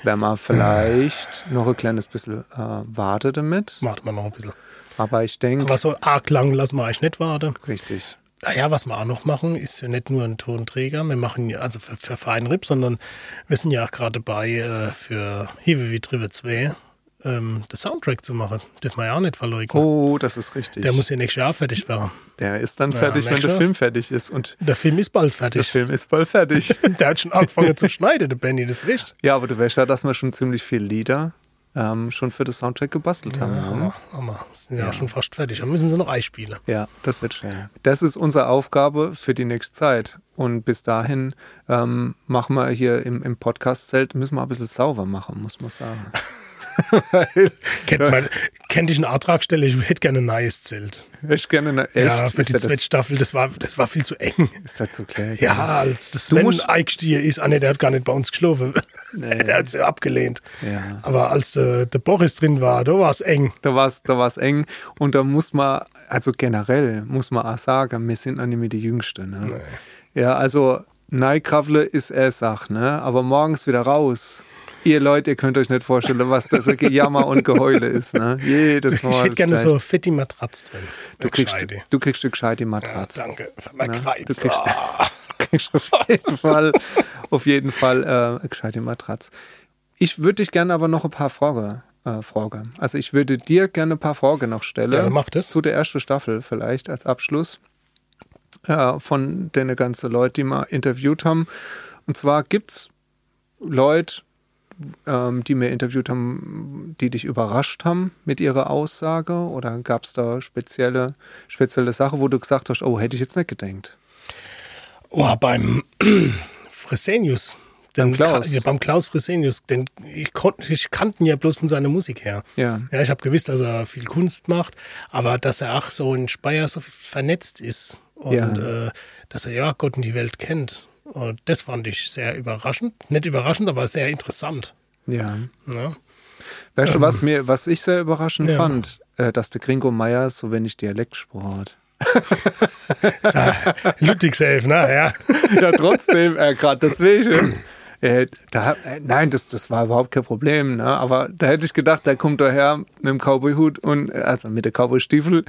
Speaker 1: Wenn man vielleicht noch ein kleines bisschen äh, wartet damit.
Speaker 2: Warten wir noch ein bisschen.
Speaker 1: Aber ich denke,
Speaker 2: Aber so arg lang lassen wir eigentlich nicht warten.
Speaker 1: richtig.
Speaker 2: Naja, was wir auch noch machen, ist ja nicht nur ein Tonträger. Wir machen ja, also für, für Feinripp, sondern wir sind ja auch gerade dabei, äh, für Hewe wie Trive 2 ähm, das Soundtrack zu machen. Dürfen wir ja auch nicht verleugnen.
Speaker 1: Oh, das ist richtig.
Speaker 2: Der muss ja nächstes Jahr fertig werden.
Speaker 1: Der ist dann
Speaker 2: Ja,
Speaker 1: fertig, wenn
Speaker 2: merkst
Speaker 1: der
Speaker 2: du's?
Speaker 1: Film fertig ist. Und
Speaker 2: Der Film ist bald
Speaker 1: der
Speaker 2: fertig.
Speaker 1: Film ist bald fertig.
Speaker 2: Der hat schon angefangen zu schneiden, der Benny, das wisst.
Speaker 1: ja, aber du weißt ja, dass wir schon ziemlich viele Lieder ähm, schon für das Soundtrack gebastelt haben. ne?
Speaker 2: Hammer, Hammer. Sind ja,
Speaker 1: Ja.
Speaker 2: schon fast fertig. Dann müssen sie noch Ei spielen.
Speaker 1: Ja, das wird schnell. Das ist unsere Aufgabe für die nächste Zeit. Und bis dahin ähm, machen wir hier im, im Podcast-Zelt, müssen wir ein bisschen sauber machen, muss man sagen.
Speaker 2: Kennt, man, kennt ich einen Antrag stelle, ich hätte gerne ein neues Zelt.
Speaker 1: Ich gerne eine, echt,
Speaker 2: Ja, für
Speaker 1: ist,
Speaker 2: die
Speaker 1: das, ist
Speaker 2: Zweitstaffel, das war, das war viel zu eng.
Speaker 1: das zu klar?
Speaker 2: Ja, als das Sven
Speaker 1: musst-
Speaker 2: eingestiegen ist, ah ne, der hat gar nicht bei uns geschlafen. der hat sie abgelehnt.
Speaker 1: Ja.
Speaker 2: Aber als der, der Boris drin war, da war es eng.
Speaker 1: Da war es da war's eng. Und da muss man, also generell muss man auch sagen, wir sind noch nicht mehr die Jüngsten. Ne? Ja, also Neikravle ist Essach, ne? aber morgens wieder raus. Ihr Leute, ihr könnt euch nicht vorstellen, was das für Gejammer und Geheule ist. Ne? Jedes Mal.
Speaker 2: ich hätte
Speaker 1: das
Speaker 2: gerne
Speaker 1: Gleiche.
Speaker 2: so eine fette Matratz drin.
Speaker 1: Du
Speaker 2: Eine
Speaker 1: kriegst,
Speaker 2: gescheite.
Speaker 1: du kriegst eine gescheite
Speaker 2: ja,
Speaker 1: Matratze.
Speaker 2: Danke, für mein
Speaker 1: Na,
Speaker 2: Kreuz.
Speaker 1: du kriegst-
Speaker 2: Ah.
Speaker 1: kriegst auf jeden Fall, auf jeden Fall äh, eine gescheite Matratze. Ich würde dich gerne aber noch ein paar Fragen äh, fragen. Also ich würde dir gerne ein paar Fragen noch stellen.
Speaker 2: Ja, mach das.
Speaker 1: Zu der ersten Staffel vielleicht als Abschluss äh, von den ganzen Leuten, die wir interviewt haben. Und zwar gibt es Leute, ähm, die wir interviewt haben, die dich überrascht haben mit ihrer Aussage? Oder gab es da spezielle, spezielle Sache, wo du gesagt hast, oh, hätte ich jetzt nicht gedacht?
Speaker 2: Oh, beim Fresenius. Den
Speaker 1: Beim Klaus.
Speaker 2: Ka- Ja, beim Klaus Fresenius. Den, ich, kon, ich kannte ihn ja bloß von seiner Musik her.
Speaker 1: Ja.
Speaker 2: Ja, ich habe gewusst, dass er viel Kunst macht, aber dass er auch so in Speyer so vernetzt ist und
Speaker 1: Ja.
Speaker 2: äh, dass er ja Gott und die Welt kennt. Und das fand ich sehr überraschend. Nicht überraschend, aber sehr interessant.
Speaker 1: Ja.
Speaker 2: Ne?
Speaker 1: Weißt du, was, mir, was ich sehr überraschend
Speaker 2: Ja.
Speaker 1: fand? Äh, dass der Gringo Meier so wenig Dialekt sport.
Speaker 2: Ludwigshelf, ne? Ja.
Speaker 1: ja, trotzdem, äh, gerade deswegen. Äh, da, äh, nein, das, das war überhaupt kein Problem. Ne? Aber da hätte ich gedacht, da kommt daher mit dem Cowboy-Hut und äh, also mit der Cowboy-Stiefel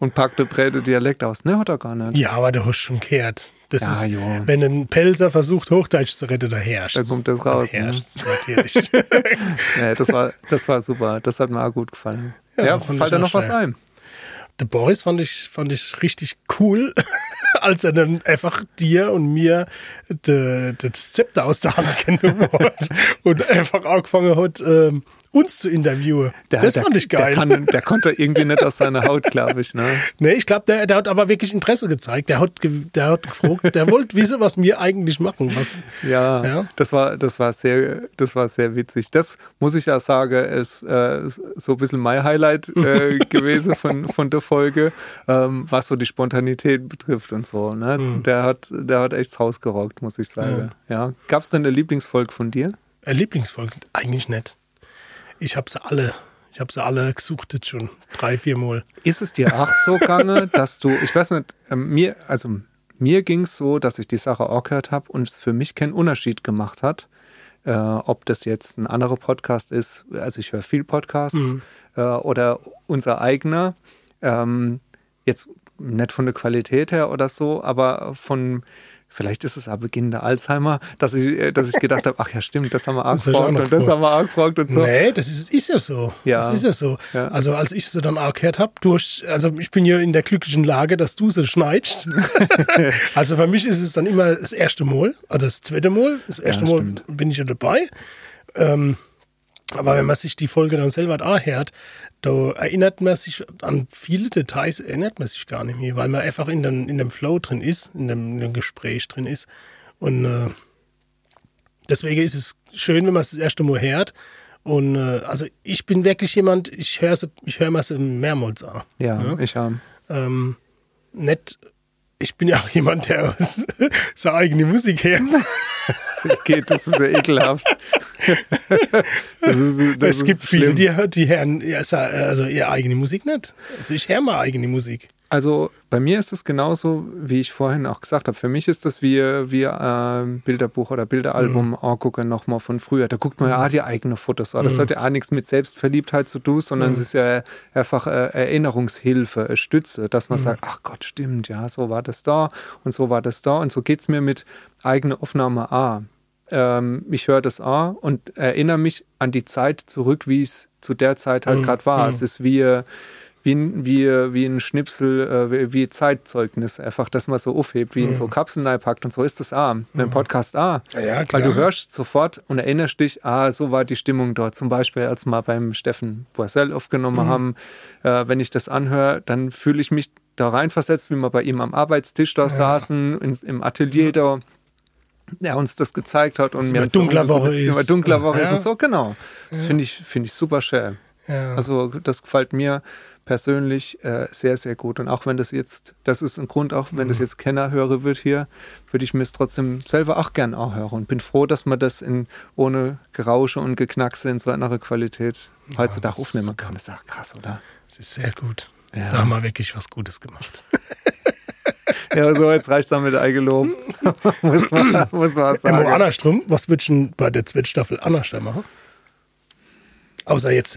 Speaker 1: und packt der Bräte Dialekt aus. Ne, hat er gar nicht.
Speaker 2: ja, aber du hast schon gehört. Das
Speaker 1: Ja,
Speaker 2: ist,
Speaker 1: ja.
Speaker 2: wenn ein Pelzer versucht, Hochdeutsch zu retten, da herrscht.
Speaker 1: Da kommt das raus,
Speaker 2: Da
Speaker 1: ne?
Speaker 2: herrscht's, natürlich.
Speaker 1: Nee, das, war, das war super. Das hat mir auch gut gefallen. Ja,
Speaker 2: fand
Speaker 1: fällt
Speaker 2: ich
Speaker 1: da
Speaker 2: auch
Speaker 1: noch was
Speaker 2: schnell.
Speaker 1: ein?
Speaker 2: Der Boris fand ich, fand ich richtig cool, als er dann einfach dir und mir de, das Zepter aus der Hand genommen hat und einfach angefangen hat, ähm, uns zu interviewen. das fand ich
Speaker 1: Der,
Speaker 2: geil.
Speaker 1: kann, der konnte irgendwie nicht aus seiner Haut, glaube ich. Ne?
Speaker 2: nee, ich glaube, der, der hat aber wirklich Interesse gezeigt. Der hat, ge- der hat gefragt, der wollte wissen, was wir eigentlich machen. Was,
Speaker 1: Ja,
Speaker 2: Ja.
Speaker 1: Das, war, das, war sehr, das war sehr witzig. Das muss ich ja sagen, ist äh, so ein bisschen mein Highlight äh, gewesen von, von der Folge, ähm, was so die Spontanität betrifft und so. Ne? Der, hat, der hat echt rausgerockt, muss ich sagen. Ja. Gab es denn eine Lieblingsfolge von dir?
Speaker 2: Äh, Lieblingsfolgen? Eigentlich nicht. Ich habe sie alle. Ich habe sie alle gesucht jetzt schon. Drei, vier Mal.
Speaker 1: Ist es dir auch so gegangen, dass du, ich weiß nicht, ähm, mir, also mir ging es so, dass ich die Sache auch gehört habe und es für mich keinen Unterschied gemacht hat, äh, ob das jetzt ein anderer Podcast ist, also ich höre viel Podcasts
Speaker 2: Mhm.
Speaker 1: äh, oder unser eigener. Ähm, jetzt nicht von der Qualität her oder so, aber von vielleicht ist es auch Beginn der Alzheimer, dass ich, äh, dass ich gedacht habe, ach ja, stimmt, das haben wir auch
Speaker 2: hab ich auch
Speaker 1: gefragt
Speaker 2: noch
Speaker 1: und das
Speaker 2: gefragt.
Speaker 1: haben wir auch gefragt und so.
Speaker 2: Nee, das ist, ist ja so.
Speaker 1: Ja.
Speaker 2: Das ist ja so.
Speaker 1: Ja.
Speaker 2: Also als ich sie dann auch gehört habe, durch, also ich bin ja in der glücklichen Lage, dass du sie schneidest. also für mich ist es dann immer das erste Mal, also das zweite Mal. Das erste
Speaker 1: Ja,
Speaker 2: Mal bin ich ja dabei. Ähm, aber wenn man sich die Folge dann selber anhört, da erinnert man sich an viele Details, erinnert man sich gar nicht mehr, weil man einfach in dem, in dem Flow drin ist, in dem, in dem Gespräch drin ist. Und äh, deswegen ist es schön, wenn man es das erste Mal hört. Und äh, also ich bin wirklich jemand, ich höre ich hör mir es mehrmals an.
Speaker 1: Ja, ich habe.
Speaker 2: Ähm, nicht, ich bin ja auch jemand, der seine eigene Musik hört.
Speaker 1: geht, das ist ja ekelhaft. Das ist, das
Speaker 2: es gibt
Speaker 1: ist
Speaker 2: viele,
Speaker 1: schlimm.
Speaker 2: die, hört- die hören ja, sa- also ihre eigene Musik nicht. Also ich höre meine eigene Musik.
Speaker 1: Also bei mir ist es genauso, wie ich vorhin auch gesagt habe. Für mich ist das wie, wie äh, Bilderbuch oder Bilderalbum
Speaker 2: Mhm.
Speaker 1: oh, angucken nochmal von früher. Da guckt man ja auch die eigenen Fotos an. Das
Speaker 2: Mhm.
Speaker 1: hat ja auch nichts mit Selbstverliebtheit zu tun, sondern es ist ja einfach äh, Erinnerungshilfe, äh, Stütze, dass
Speaker 2: Mhm.
Speaker 1: man sagt, ach Gott, stimmt, ja, so war das da und so war das da. Und so geht es mir mit eigener Aufnahme A. ähm, ich höre das an und erinnere mich an die Zeit zurück, wie es zu der Zeit halt gerade war. Es ist wie, äh, wie, ein- wie, äh, wie ein Schnipsel, äh, wie, wie Zeitzeugnis, einfach, dass man so aufhebt, wie in so Kapseln einpackt und so ist das auch. Mit dem Podcast auch.
Speaker 2: Ja, ja, klar.
Speaker 1: Weil du hörst sofort und erinnerst dich, ah, so war die Stimmung dort. Zum Beispiel, als wir beim Steffen Boissel aufgenommen
Speaker 2: Mhm.
Speaker 1: haben, äh, wenn ich das anhöre, dann fühle ich mich da reinversetzt, wie wir bei ihm am Arbeitstisch da saßen, ins, im Atelier da der uns das gezeigt hat und
Speaker 2: Mhm. Dass
Speaker 1: mir
Speaker 2: immer
Speaker 1: hat so
Speaker 2: dunkler
Speaker 1: gesagt,
Speaker 2: Woche
Speaker 1: dass immer
Speaker 2: ist.
Speaker 1: dunkler Woche ist
Speaker 2: Ja.
Speaker 1: und so genau. Das finde ich finde ich super schön.
Speaker 2: Ja.
Speaker 1: Also das gefällt mir persönlich äh, sehr sehr gut und auch wenn das jetzt das ist ein Grund auch wenn das
Speaker 2: Mhm.
Speaker 1: jetzt Kenner höre wird hier würde ich mir es trotzdem selber auch gern auch hören und bin froh, dass man das in ohne Gerausche und Geknackse in so einer Qualität heutzutage
Speaker 2: das ist
Speaker 1: aufnehmen kann. Das ist auch krass, oder?
Speaker 2: Das ist sehr gut.
Speaker 1: Ja.
Speaker 2: Da haben wir wirklich was Gutes gemacht.
Speaker 1: Ja, so jetzt reicht's damit eingeloben. muss man muss man was
Speaker 2: Emmo
Speaker 1: sagen.
Speaker 2: Annaström, was würdest du denn bei der Zwitstaffel Annaström machen? Außer jetzt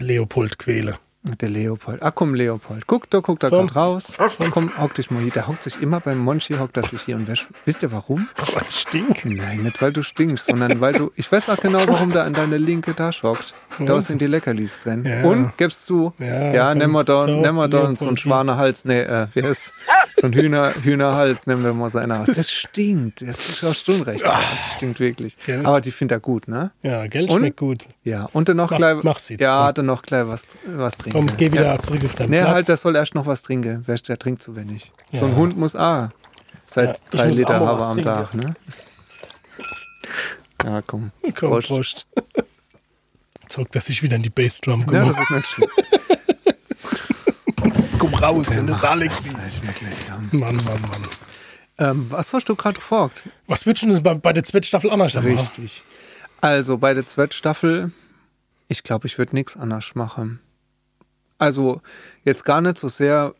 Speaker 2: Leopold Quäle.
Speaker 1: Der Leopold. Ah, komm, Leopold. Guck, da guckt er
Speaker 2: Komm.
Speaker 1: gerade raus. Komm, hock dich mal hier. Der hockt sich immer beim Monchi, hockt er sich hier und wäscht. Wisst ihr warum?
Speaker 2: Ein Stink.
Speaker 1: Nein, nicht weil du stinkst, sondern weil du. Ich weiß auch genau, warum da an deine linke da schockt. Da sind die Leckerlis drin.
Speaker 2: Ja.
Speaker 1: Und gibst zu.
Speaker 2: Ja,
Speaker 1: Ja, nehmen wir da,
Speaker 2: komm,
Speaker 1: nehmen wir da so einen
Speaker 2: Leopold.
Speaker 1: Schwanehals. Nee, äh, wie heißt So einen Hühner, Hühnerhals nehmen wir mal so einer aus. Das stinkt. Das ist auch schon recht.
Speaker 2: Ah.
Speaker 1: Das stinkt wirklich.
Speaker 2: Gell?
Speaker 1: Aber die findet er gut, ne?
Speaker 2: Ja, Geld
Speaker 1: Und?
Speaker 2: schmeckt gut.
Speaker 1: Ja. Und dann noch
Speaker 2: Mach-
Speaker 1: gleich.
Speaker 2: mach's jetzt,
Speaker 1: ja,
Speaker 2: komm.
Speaker 1: dann noch gleich was, was trinken.
Speaker 2: Komm, geh wieder
Speaker 1: Ja.
Speaker 2: zurück auf deinen
Speaker 1: Nee,
Speaker 2: Platz.
Speaker 1: halt, der soll erst noch was trinken. Wer der trinkt zu wenig. So ein
Speaker 2: Ja.
Speaker 1: Hund muss auch seit
Speaker 2: Ja, ich
Speaker 1: drei
Speaker 2: muss
Speaker 1: Liter
Speaker 2: auch mal
Speaker 1: Haber
Speaker 2: was
Speaker 1: am
Speaker 2: trinken.
Speaker 1: Tag, ne? Ja, komm.
Speaker 2: Komm, Prost.
Speaker 1: Prost.
Speaker 2: Prost. Zog das sich wieder in die Bassdrum. Komm,
Speaker 1: Ja, das ist nicht schlimm.
Speaker 2: komm raus, denn das ist Alex.
Speaker 1: Gleich, wirklich, ja.
Speaker 2: Mann, Mann, Mann.
Speaker 1: ähm, was hast du gerade gefragt?
Speaker 2: Was würdest du denn bei, bei der Zwitstaffel Annaström machen?
Speaker 1: Richtig. Also bei der Zweitstaffel, ich glaube, ich würde nichts anders machen. Also jetzt gar nicht so sehr,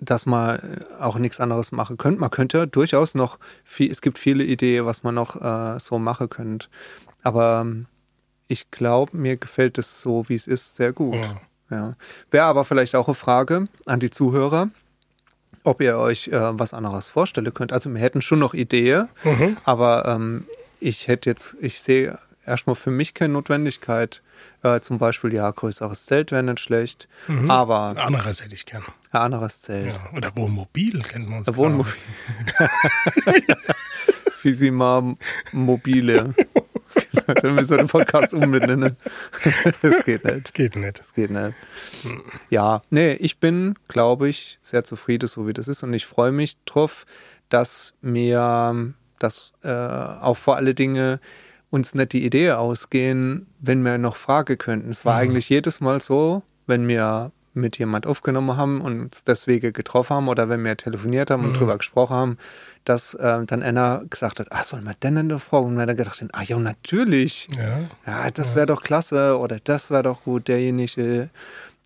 Speaker 1: dass man äh, auch nichts anderes machen könnte. Man könnte ja durchaus noch, viel, es gibt viele Ideen, was man noch äh, so machen könnte. Aber ähm, ich glaube, mir gefällt es so, wie es ist, sehr gut. Ja. Wäre aber vielleicht auch eine Frage an die Zuhörer, ob ihr euch äh, was anderes vorstellen könnt. Also wir hätten schon noch Ideen, aber ähm, ich hätte jetzt, ich sehe erstmal für mich keine Notwendigkeit. Äh, zum Beispiel, ja, größeres Zelt wäre nicht schlecht, aber
Speaker 2: Ein anderes hätte ich gern.
Speaker 1: ein anderes Zelt.
Speaker 2: Ja. Oder Wohnmobil kennen wir uns.
Speaker 1: Ja. Wohnmobil. Fisima mobile. Dann müssen wir den Podcast umbenennen. das geht nicht.
Speaker 2: Geht nicht.
Speaker 1: Das geht nicht. Ja, nee, ich bin, glaube ich, sehr zufrieden, so wie das ist. Und ich freue mich drauf, dass mir dass äh, auch vor alle Dinge uns nicht die Idee ausgehen, wenn wir noch Frage könnten. Es war eigentlich jedes Mal so, wenn wir mit jemand aufgenommen haben und uns deswegen getroffen haben oder wenn wir telefoniert haben und drüber gesprochen haben, dass äh, dann einer gesagt hat, ach, sollen wir denn eine Frage? Und wir dann gedacht haben, ah ja, natürlich
Speaker 2: Ja.
Speaker 1: ja, das wäre doch klasse oder das wäre doch gut, derjenige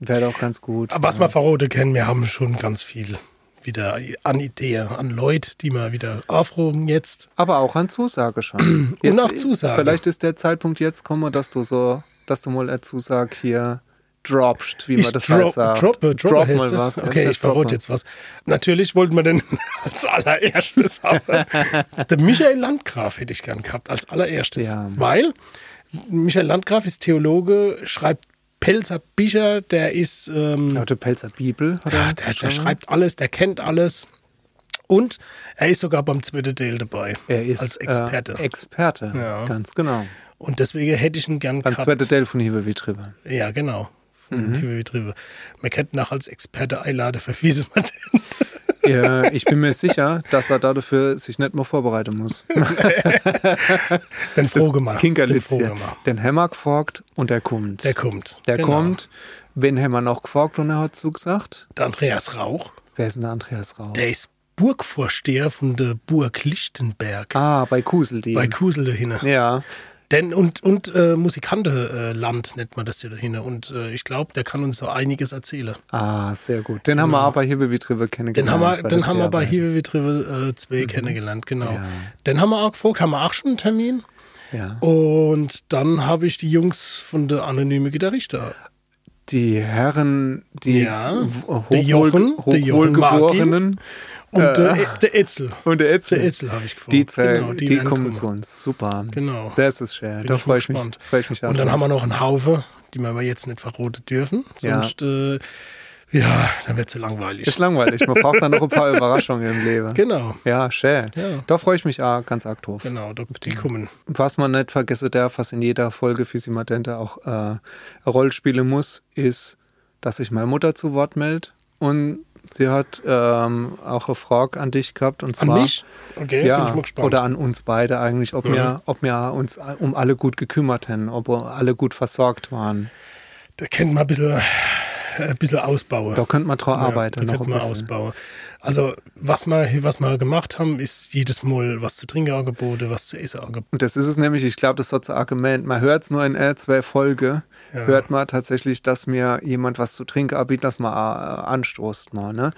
Speaker 1: wäre doch ganz gut.
Speaker 2: Aber was
Speaker 1: ja.
Speaker 2: wir Verrote kennen, wir haben schon ganz viel wieder an Ideen, an Leute, die wir wieder aufrufen jetzt.
Speaker 1: aber auch an Zusage schon.
Speaker 2: auch Zusage.
Speaker 1: Vielleicht ist der Zeitpunkt jetzt gekommen, dass du so, dass du mal eine Zusage hier droppst, wie man das halt sagt.
Speaker 2: droppe, droppe
Speaker 1: Drop
Speaker 2: äh, heißt das.
Speaker 1: Ja,
Speaker 2: Okay,
Speaker 1: das
Speaker 2: ich
Speaker 1: heißt drop
Speaker 2: verrate
Speaker 1: mal.
Speaker 2: jetzt was. Natürlich wollten wir denn als allererstes haben. Der Michael Landgraf hätte ich gern gehabt, als allererstes.
Speaker 1: Ja.
Speaker 2: Weil Michael Landgraf ist Theologe, schreibt Pelzer Bücher, der ist. Ähm,
Speaker 1: Ja, der Pelzer Bibel. Oder?
Speaker 2: Ah, der, der schreibt alles, der kennt alles. Und er ist sogar beim zweiten Teil dabei.
Speaker 1: er ist
Speaker 2: als Experte.
Speaker 1: Äh, Experte,
Speaker 2: Ja.
Speaker 1: ganz genau.
Speaker 2: und deswegen hätte ich ihn gern
Speaker 1: Beim zweiten
Speaker 2: gehabt.
Speaker 1: Teil Mhm. von Hiebe wie drüber.
Speaker 2: Ja, genau. Von Piwi Triwe. Man kennt nach als Experte einladen für Wiese Martin.
Speaker 1: ja, ich bin mir sicher, dass er dafür sich nicht mal vorbereiten muss.
Speaker 2: Dann froh gemacht. Dann froh
Speaker 1: Kinkerlitzchen.
Speaker 2: gemacht.
Speaker 1: Den Hammer gefragt und er kommt.
Speaker 2: Der kommt.
Speaker 1: Der
Speaker 2: Genau.
Speaker 1: kommt. Wen haben wir noch gefragt und er hat zugesagt?
Speaker 2: Der Andreas Rauch,
Speaker 1: Wer ist denn der Andreas Rau?
Speaker 2: der ist Burgvorsteher von der Burg Lichtenberg
Speaker 1: Ah, bei Kusel die.
Speaker 2: bei Kusel dahin.
Speaker 1: ja.
Speaker 2: Denn und und äh, Musikanteland nennt man das hier dahin. Und äh, ich glaube, der kann uns so einiges erzählen.
Speaker 1: Ah, sehr gut. Den haben wir auch bei Hibbel wie Trive
Speaker 2: Den haben
Speaker 1: kennengelernt.
Speaker 2: wir,
Speaker 1: bei
Speaker 2: den
Speaker 1: der
Speaker 2: haben wir bei
Speaker 1: Dreharbeit.
Speaker 2: Hiwi Trivel 2 äh, kennengelernt, genau.
Speaker 1: Ja.
Speaker 2: Den haben wir auch gefragt, haben wir auch schon einen Termin.
Speaker 1: Ja.
Speaker 2: Und dann habe ich die Jungs von der anonyme Gitarriste.
Speaker 1: Die Herren, die
Speaker 2: Ja.
Speaker 1: w-
Speaker 2: Der Jochen,
Speaker 1: hochwohl-
Speaker 2: der Jochen
Speaker 1: Hochwohlgeborenen
Speaker 2: Und der, E-, der Etzel.
Speaker 1: und der Etzel.
Speaker 2: Der Etzel habe ich gefragt.
Speaker 1: Äh. Die, zwei,
Speaker 2: Genau,
Speaker 1: die,
Speaker 2: werden
Speaker 1: kommen zu uns. Super.
Speaker 2: Genau.
Speaker 1: Das ist schön.
Speaker 2: Bin
Speaker 1: da
Speaker 2: ich
Speaker 1: freue
Speaker 2: mal
Speaker 1: ich, mich-
Speaker 2: gespannt.
Speaker 1: freu ich mich auch
Speaker 2: Und dann
Speaker 1: drauf.
Speaker 2: haben wir noch einen Haufen, die wir aber jetzt nicht verroten dürfen.
Speaker 1: Ja.
Speaker 2: Sonst äh, Ja, dann wird zu langweilig.
Speaker 1: Ist langweilig. Man braucht dann noch ein paar Überraschungen im Leben.
Speaker 2: Genau,
Speaker 1: Ja, schön.
Speaker 2: Ja.
Speaker 1: Da freue ich mich auch ganz arg drauf.
Speaker 2: genau, da, die kommen.
Speaker 1: Was man nicht vergessen darf, was in jeder Folge Fisi Madente auch äh, Roll spielen muss, ist, dass sich meine Mutter zu Wort meldet. Und sie hat ähm, auch eine Frage an dich gehabt. Und
Speaker 2: An
Speaker 1: zwar,
Speaker 2: mich? Okay, bin ich
Speaker 1: ja,
Speaker 2: mal gespannt. Mhm.
Speaker 1: oder an uns beide eigentlich, ob, wir, ob wir uns a- um alle gut gekümmert hätten, ob wir alle gut versorgt waren.
Speaker 2: da kennt man ein bisschen, äh, ein bisschen ausbauen.
Speaker 1: Da könnte man drauf
Speaker 2: Ja,
Speaker 1: arbeiten.
Speaker 2: Da
Speaker 1: noch
Speaker 2: könnte
Speaker 1: ein
Speaker 2: man
Speaker 1: bisschen.
Speaker 2: ausbauen. Also, was wir, was wir gemacht haben, ist jedes Mal was zu trinken angeboten, was zu essen angeboten.
Speaker 1: Und das ist es nämlich, ich glaube, das ist so das Argument. Man hört es nur in äh, zwei Folge,
Speaker 2: Ja.
Speaker 1: hört man tatsächlich, dass mir jemand was zu trinken anbietet, dass man äh, anstoßt. Mal, ne?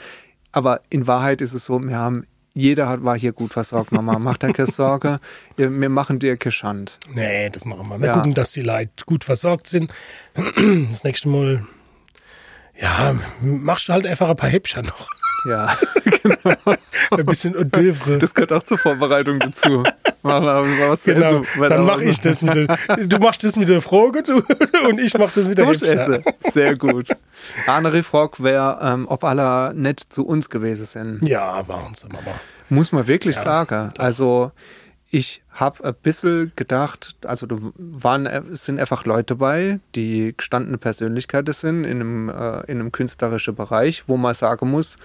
Speaker 1: Aber in Wahrheit ist es so, wir haben, jeder hat, war hier gut versorgt, Mama. Macht dir keine Sorge, ihr- wir machen dir keine Schand.
Speaker 2: Nee, das machen wir. Wir
Speaker 1: Ja.
Speaker 2: gucken, dass die Leute gut versorgt sind. Das nächste Mal, ja, machst du halt einfach ein paar Häppchen noch.
Speaker 1: Ja,
Speaker 2: Ein bisschen und Dövre.
Speaker 1: das gehört auch zur Vorbereitung dazu. Mach mal was zu
Speaker 2: Genau,
Speaker 1: essen.
Speaker 2: dann mache ich das mit der, Du machst das mit der Frage du, und ich mache das mit der Häppchen.
Speaker 1: Durchesse. Sehr gut. Andere Frage wäre, ähm, ob alle nett zu uns gewesen sind.
Speaker 2: Ja, waren sie, Mama.
Speaker 1: Muss man wirklich sagen. Also ich habe ein bisschen gedacht, also da waren, es sind einfach Leute bei, die gestandene Persönlichkeiten sind in einem, äh, in einem künstlerischen Bereich, wo man sagen muss,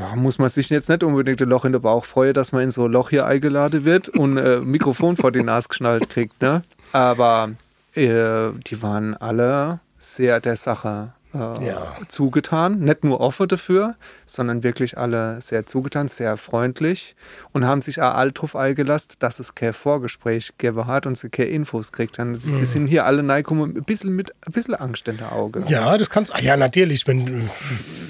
Speaker 1: ja, muss man sich jetzt nicht unbedingt ein Loch in den Bauch freuen, dass man in so ein Loch hier eingeladen wird und äh, Mikrofon vor die Nase geschnallt kriegt. Ne? Aber äh, die waren alle sehr der Sache äh,
Speaker 2: Ja.
Speaker 1: zugetan. Nicht nur offen dafür, sondern wirklich alle sehr zugetan, sehr freundlich und haben sich auch all drauf eingelassen, dass es kein Vorgespräch gegeben hat und sie keine Infos kriegt. haben. Sie,
Speaker 2: Mhm.
Speaker 1: sie sind hier alle neikommen, ein bisschen mit ein bisschen Angst in der Auge.
Speaker 2: Ja, das kannst Ah ja, natürlich. Wenn,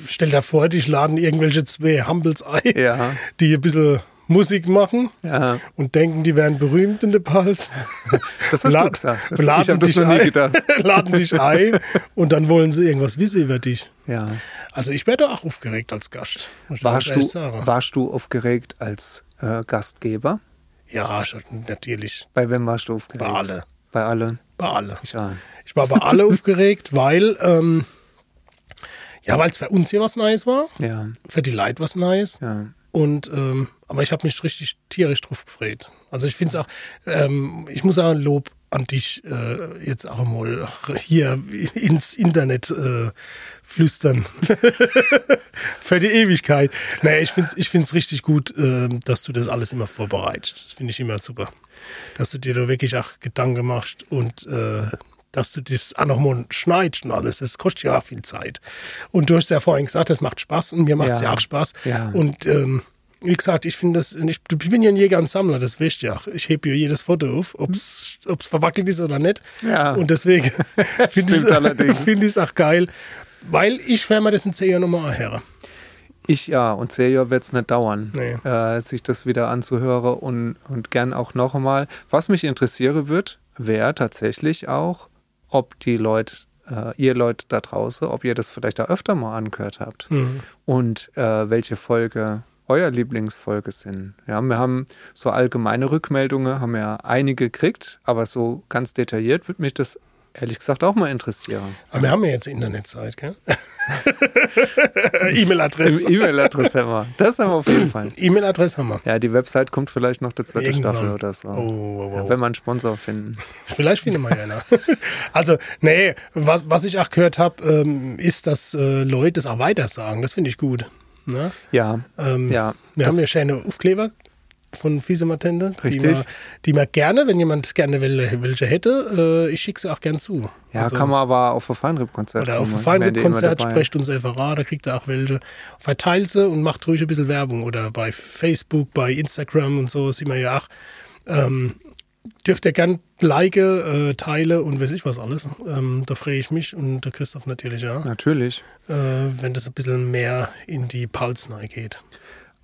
Speaker 2: stell dir vor, dich laden irgendwelche zwei Humbles ein,
Speaker 1: Ja.
Speaker 2: die ein bisschen Musik machen
Speaker 1: Ja.
Speaker 2: und denken, die wären berühmt in Nepals.
Speaker 1: Das hast
Speaker 2: La-
Speaker 1: du gesagt. Das, ich
Speaker 2: laden
Speaker 1: habe das
Speaker 2: dich
Speaker 1: noch nie
Speaker 2: ein,
Speaker 1: gedacht.
Speaker 2: laden dich ein und dann wollen sie irgendwas wissen über dich.
Speaker 1: Ja.
Speaker 2: Also ich werde auch aufgeregt als Gast. muss ich
Speaker 1: Warst
Speaker 2: ganz ehrlich
Speaker 1: du,
Speaker 2: sagen.
Speaker 1: warst du aufgeregt als äh, Gastgeber?
Speaker 2: Ja, schon, natürlich.
Speaker 1: Bei wem warst du aufgeregt?
Speaker 2: Bei alle.
Speaker 1: Bei alle.
Speaker 2: Bei alle.
Speaker 1: Ich ahne.
Speaker 2: Ich war bei alle aufgeregt, weil ähm, ja, weil es für uns hier was Neues war,
Speaker 1: Ja,
Speaker 2: für die Leute was Neues.
Speaker 1: ja.
Speaker 2: Und ähm, aber ich habe mich richtig tierisch drauf gefreut. Also ich finde es auch, ähm, ich muss auch ein Lob an dich äh, jetzt auch mal hier ins Internet äh, flüstern. Für die Ewigkeit. Nee, ich finde es ich find's richtig gut, ähm, dass du das alles immer vorbereitest. Das finde ich immer super. Dass du dir da wirklich auch Gedanken machst und äh, dass du das auch nochmal schneidest und alles. Das kostet ja auch viel Zeit. Und du hast ja vorhin gesagt, das macht Spaß und mir macht es
Speaker 1: Ja.
Speaker 2: ja auch Spaß.
Speaker 1: Ja.
Speaker 2: Und ähm, wie gesagt, ich finde das, ich, ich bin ja ein Jäger und Sammler, das wisst ihr auch. Ich hebe ja jedes Foto auf, ob es verwackelt ist oder nicht.
Speaker 1: Ja.
Speaker 2: Und deswegen finde
Speaker 1: Ah. Stimmt allerdings.
Speaker 2: ich find ich's auch geil, weil ich werde mir das in 10 Jahren nochmal anhören.
Speaker 1: Ich ja, und Senior wird es nicht dauern,
Speaker 2: Nee.
Speaker 1: äh, sich das wieder anzuhören und, und gern auch nochmal. Was mich interessiere wird, wäre tatsächlich auch, ob die Leute, äh, ihr Leute da draußen, ob ihr das vielleicht da öfter mal angehört habt
Speaker 2: Mhm.
Speaker 1: und äh, welche Folge euer Lieblingsfolge sind. Ja, wir haben so allgemeine Rückmeldungen, haben ja einige gekriegt, aber so ganz detailliert würde mich das ehrlich gesagt auch mal interessieren.
Speaker 2: Aber wir haben ja jetzt Internetzeit, gell? E-Mail-Adresse.
Speaker 1: E-Mail-Adresse haben wir. Das haben wir auf jeden Fall.
Speaker 2: E-Mail-Adresse haben wir.
Speaker 1: Äh, Ja, die Website kommt vielleicht noch der zweite
Speaker 2: Irgendwann.
Speaker 1: Staffel oder so.
Speaker 2: Oh, wow, wow.
Speaker 1: Ja, wenn wir einen Sponsor finden.
Speaker 2: Vielleicht finden wir ja einer. Also, nee, was, was ich auch gehört habe, ähm, ist, dass äh, Leute das auch weiter sagen. Das finde ich gut. Ne?
Speaker 1: Ja,
Speaker 2: Ähm,
Speaker 1: ja.
Speaker 2: Wir
Speaker 1: das,
Speaker 2: haben ja schöne Aufkleber von Fiese Matende, die
Speaker 1: Richtig.
Speaker 2: man, die man gerne, wenn jemand gerne wel- welche hätte, äh, ich schicke sie auch gern zu.
Speaker 1: ja
Speaker 2: Also-
Speaker 1: kann man aber auf ein Feinripp-Konzert
Speaker 2: Oder auf
Speaker 1: kommen.
Speaker 2: ein
Speaker 1: Wären die immer
Speaker 2: Feinripp-Konzert,
Speaker 1: dabei.
Speaker 2: sprecht uns einfach an, da kriegt ihr auch welche. Verteilt sie und macht ruhig ein bisschen Werbung. Oder bei Facebook, bei Instagram und so, sind wir ja auch. Ähm, dürft ihr gern like, äh, teile und weiß ich was alles. Ähm, da freue ich mich und der Christoph natürlich auch,
Speaker 1: Natürlich.
Speaker 2: äh, wenn das ein bisschen mehr in die Pulse geht.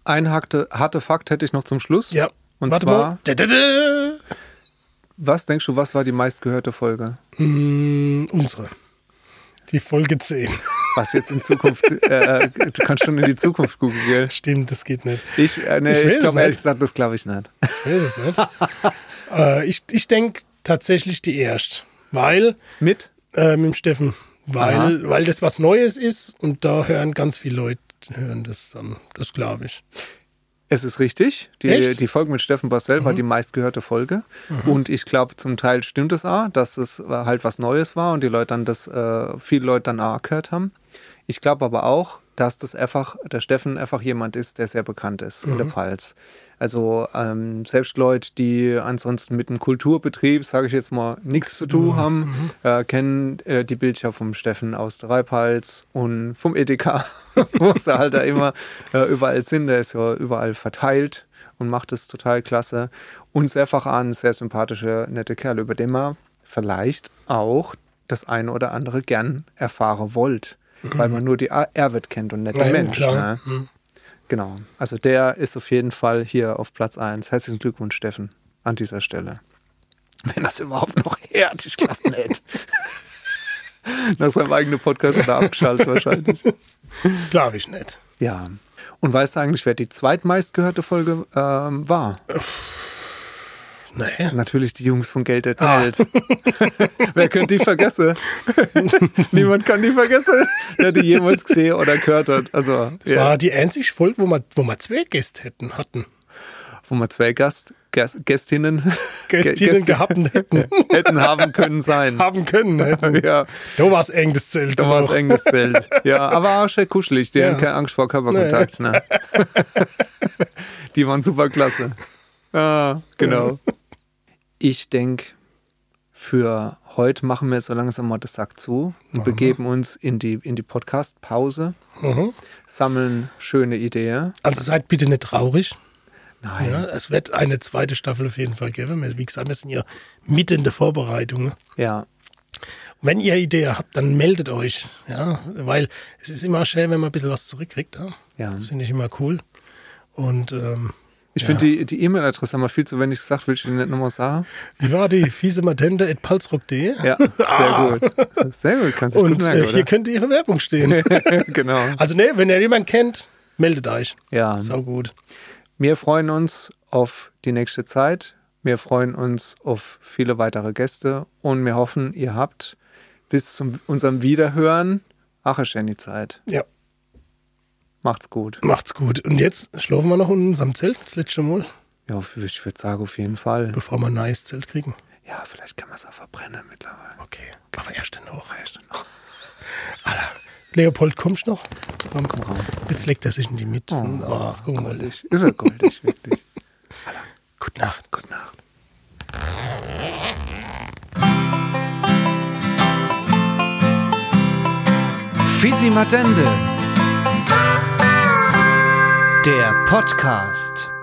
Speaker 1: Ein harte, harte Fakt hätte ich noch zum Schluss.
Speaker 2: Ja,
Speaker 1: Und
Speaker 2: warte
Speaker 1: zwar,
Speaker 2: mal. Da, da, da.
Speaker 1: was denkst du, was war die meistgehörte Folge?
Speaker 2: Mm, unsere. Die Folge 10.
Speaker 1: Was jetzt in Zukunft, äh, du kannst schon in die Zukunft googeln, gell?
Speaker 2: Stimmt, das geht nicht.
Speaker 1: Ich, äh, nee,
Speaker 2: Ich
Speaker 1: ich,
Speaker 2: weiß es
Speaker 1: glaube ehrlich
Speaker 2: nicht.
Speaker 1: gesagt, das glaube ich nicht.
Speaker 2: Ich weiß es nicht. äh, ich ich denke tatsächlich die erste. Weil
Speaker 1: Mit?
Speaker 2: äh, mit dem Steffen, weil, weil das was Neues ist und da hören ganz viele Leute hören das dann. Das glaube ich.
Speaker 1: Es ist richtig. Die,
Speaker 2: Echt?
Speaker 1: die Folge mit Steffen Bassel war die meistgehörte Folge. Und ich glaube, zum Teil stimmt es auch, dass es äh, halt was Neues war und die Leute dann das, äh, viele Leute dann auch gehört haben. Ich glaube aber auch, dass das einfach, der Steffen einfach jemand ist, der sehr bekannt ist in der Pfalz. Also ähm, selbst Leute, die ansonsten mit dem Kulturbetrieb, sage ich jetzt mal, nichts zu tun haben, äh, kennen äh, die Bilder vom Steffen aus der Reipals und vom Edeka, wo sie halt da immer äh, überall sind. Der ist ja überall verteilt und macht es total klasse. Und sehr fach an, sehr sympathischer, netter Kerl, über den man vielleicht auch das eine oder andere gern erfahren wollt, weil man nur die A- Erwit kennt und nicht den
Speaker 2: Ja,
Speaker 1: Mensch.
Speaker 2: klar.
Speaker 1: Ne? Genau. Also der ist auf jeden Fall hier auf Platz 1. Herzlichen Glückwunsch, Steffen, an dieser Stelle. Wenn das überhaupt noch hört, ich glaube nicht. Nach seinem eigenen Podcast oder abgeschaltet wahrscheinlich.
Speaker 2: Glaube ich nicht.
Speaker 1: Ja. Und weißt du eigentlich, wer die zweitmeistgehörte Folge ähm, war?
Speaker 2: Naja.
Speaker 1: Natürlich die Jungs von Geld der Welt. Ah. Wer könnte die vergessen? Niemand kann die vergessen, der die jemals gesehen oder gehört hat. Also,
Speaker 2: Das
Speaker 1: ja.
Speaker 2: war die einzige Folge, wo wir, wo wir zwei Gäste hätten, hatten.
Speaker 1: wo man zwei Gast, Gäst, Gästinnen,
Speaker 2: Gästinnen
Speaker 1: Gäste
Speaker 2: gehabt und hätten,
Speaker 1: hätten haben können sein.
Speaker 2: haben können. Hätten.
Speaker 1: Ja,
Speaker 2: Da war es eng, das Zelt.
Speaker 1: da war es
Speaker 2: noch.
Speaker 1: eng das Zelt. Ja, aber auch schön kuschelig. Die
Speaker 2: Ja.
Speaker 1: hatten keine Angst vor Körperkontakt. Ne. Die waren super klasse. Ja, genau. Ich denke, für heute machen wir so langsam mal das Sack zu und begeben uns in die, in die Podcast-Pause,
Speaker 2: Mhm.
Speaker 1: sammeln schöne Ideen.
Speaker 2: Also seid bitte nicht traurig.
Speaker 1: Nein.
Speaker 2: Ja, es wird eine zweite Staffel auf jeden Fall geben. Wir- Wie gesagt, wir sind ja mitten in der Vorbereitung.
Speaker 1: Ja.
Speaker 2: Wenn ihr Ideen habt, dann meldet euch. Ja, weil es ist immer schön, wenn man ein bisschen was zurückkriegt. Ja?
Speaker 1: Ja.
Speaker 2: Das finde ich immer cool. Und ähm,
Speaker 1: Ich finde, die, die E-Mail-Adresse haben wir viel zu wenig gesagt. Willst du die nicht nochmal sagen?
Speaker 2: wie war die fiese Matente at palzrock.de?
Speaker 1: Ja, sehr gut. Sehr gut, kannst du gut
Speaker 2: Und
Speaker 1: merken,
Speaker 2: äh, hier könnte ihre Werbung stehen.
Speaker 1: oder? genau.
Speaker 2: also ne, wenn ihr jemanden kennt, meldet euch.
Speaker 1: Ja,
Speaker 2: Sau gut.
Speaker 1: wir freuen uns auf die nächste Zeit. Wir freuen uns auf viele weitere Gäste und wir hoffen, ihr habt bis zu unserem Wiederhören ach, ist schön die Zeit.
Speaker 2: Ja,
Speaker 1: Macht's gut.
Speaker 2: macht's gut. Und jetzt schlafen wir noch in unserem Zelt das letzte Mal,
Speaker 1: Ja, ich würde sagen, auf jeden Fall.
Speaker 2: bevor wir ein neues Zelt kriegen.
Speaker 1: Ja, vielleicht kann man es auch verbrennen mittlerweile.
Speaker 2: Okay, aber erst dann noch.
Speaker 1: Weißt du noch?
Speaker 2: Alter. Leopold, kommst du noch? Komm, komm
Speaker 1: raus.
Speaker 2: Jetzt legt er sich in die Mitte. Oh, guck mal.
Speaker 1: Goldig. Ist er goldig, wirklich.
Speaker 2: Gute Nacht.
Speaker 1: Gute Nacht. Fisimatende. Der Podcast.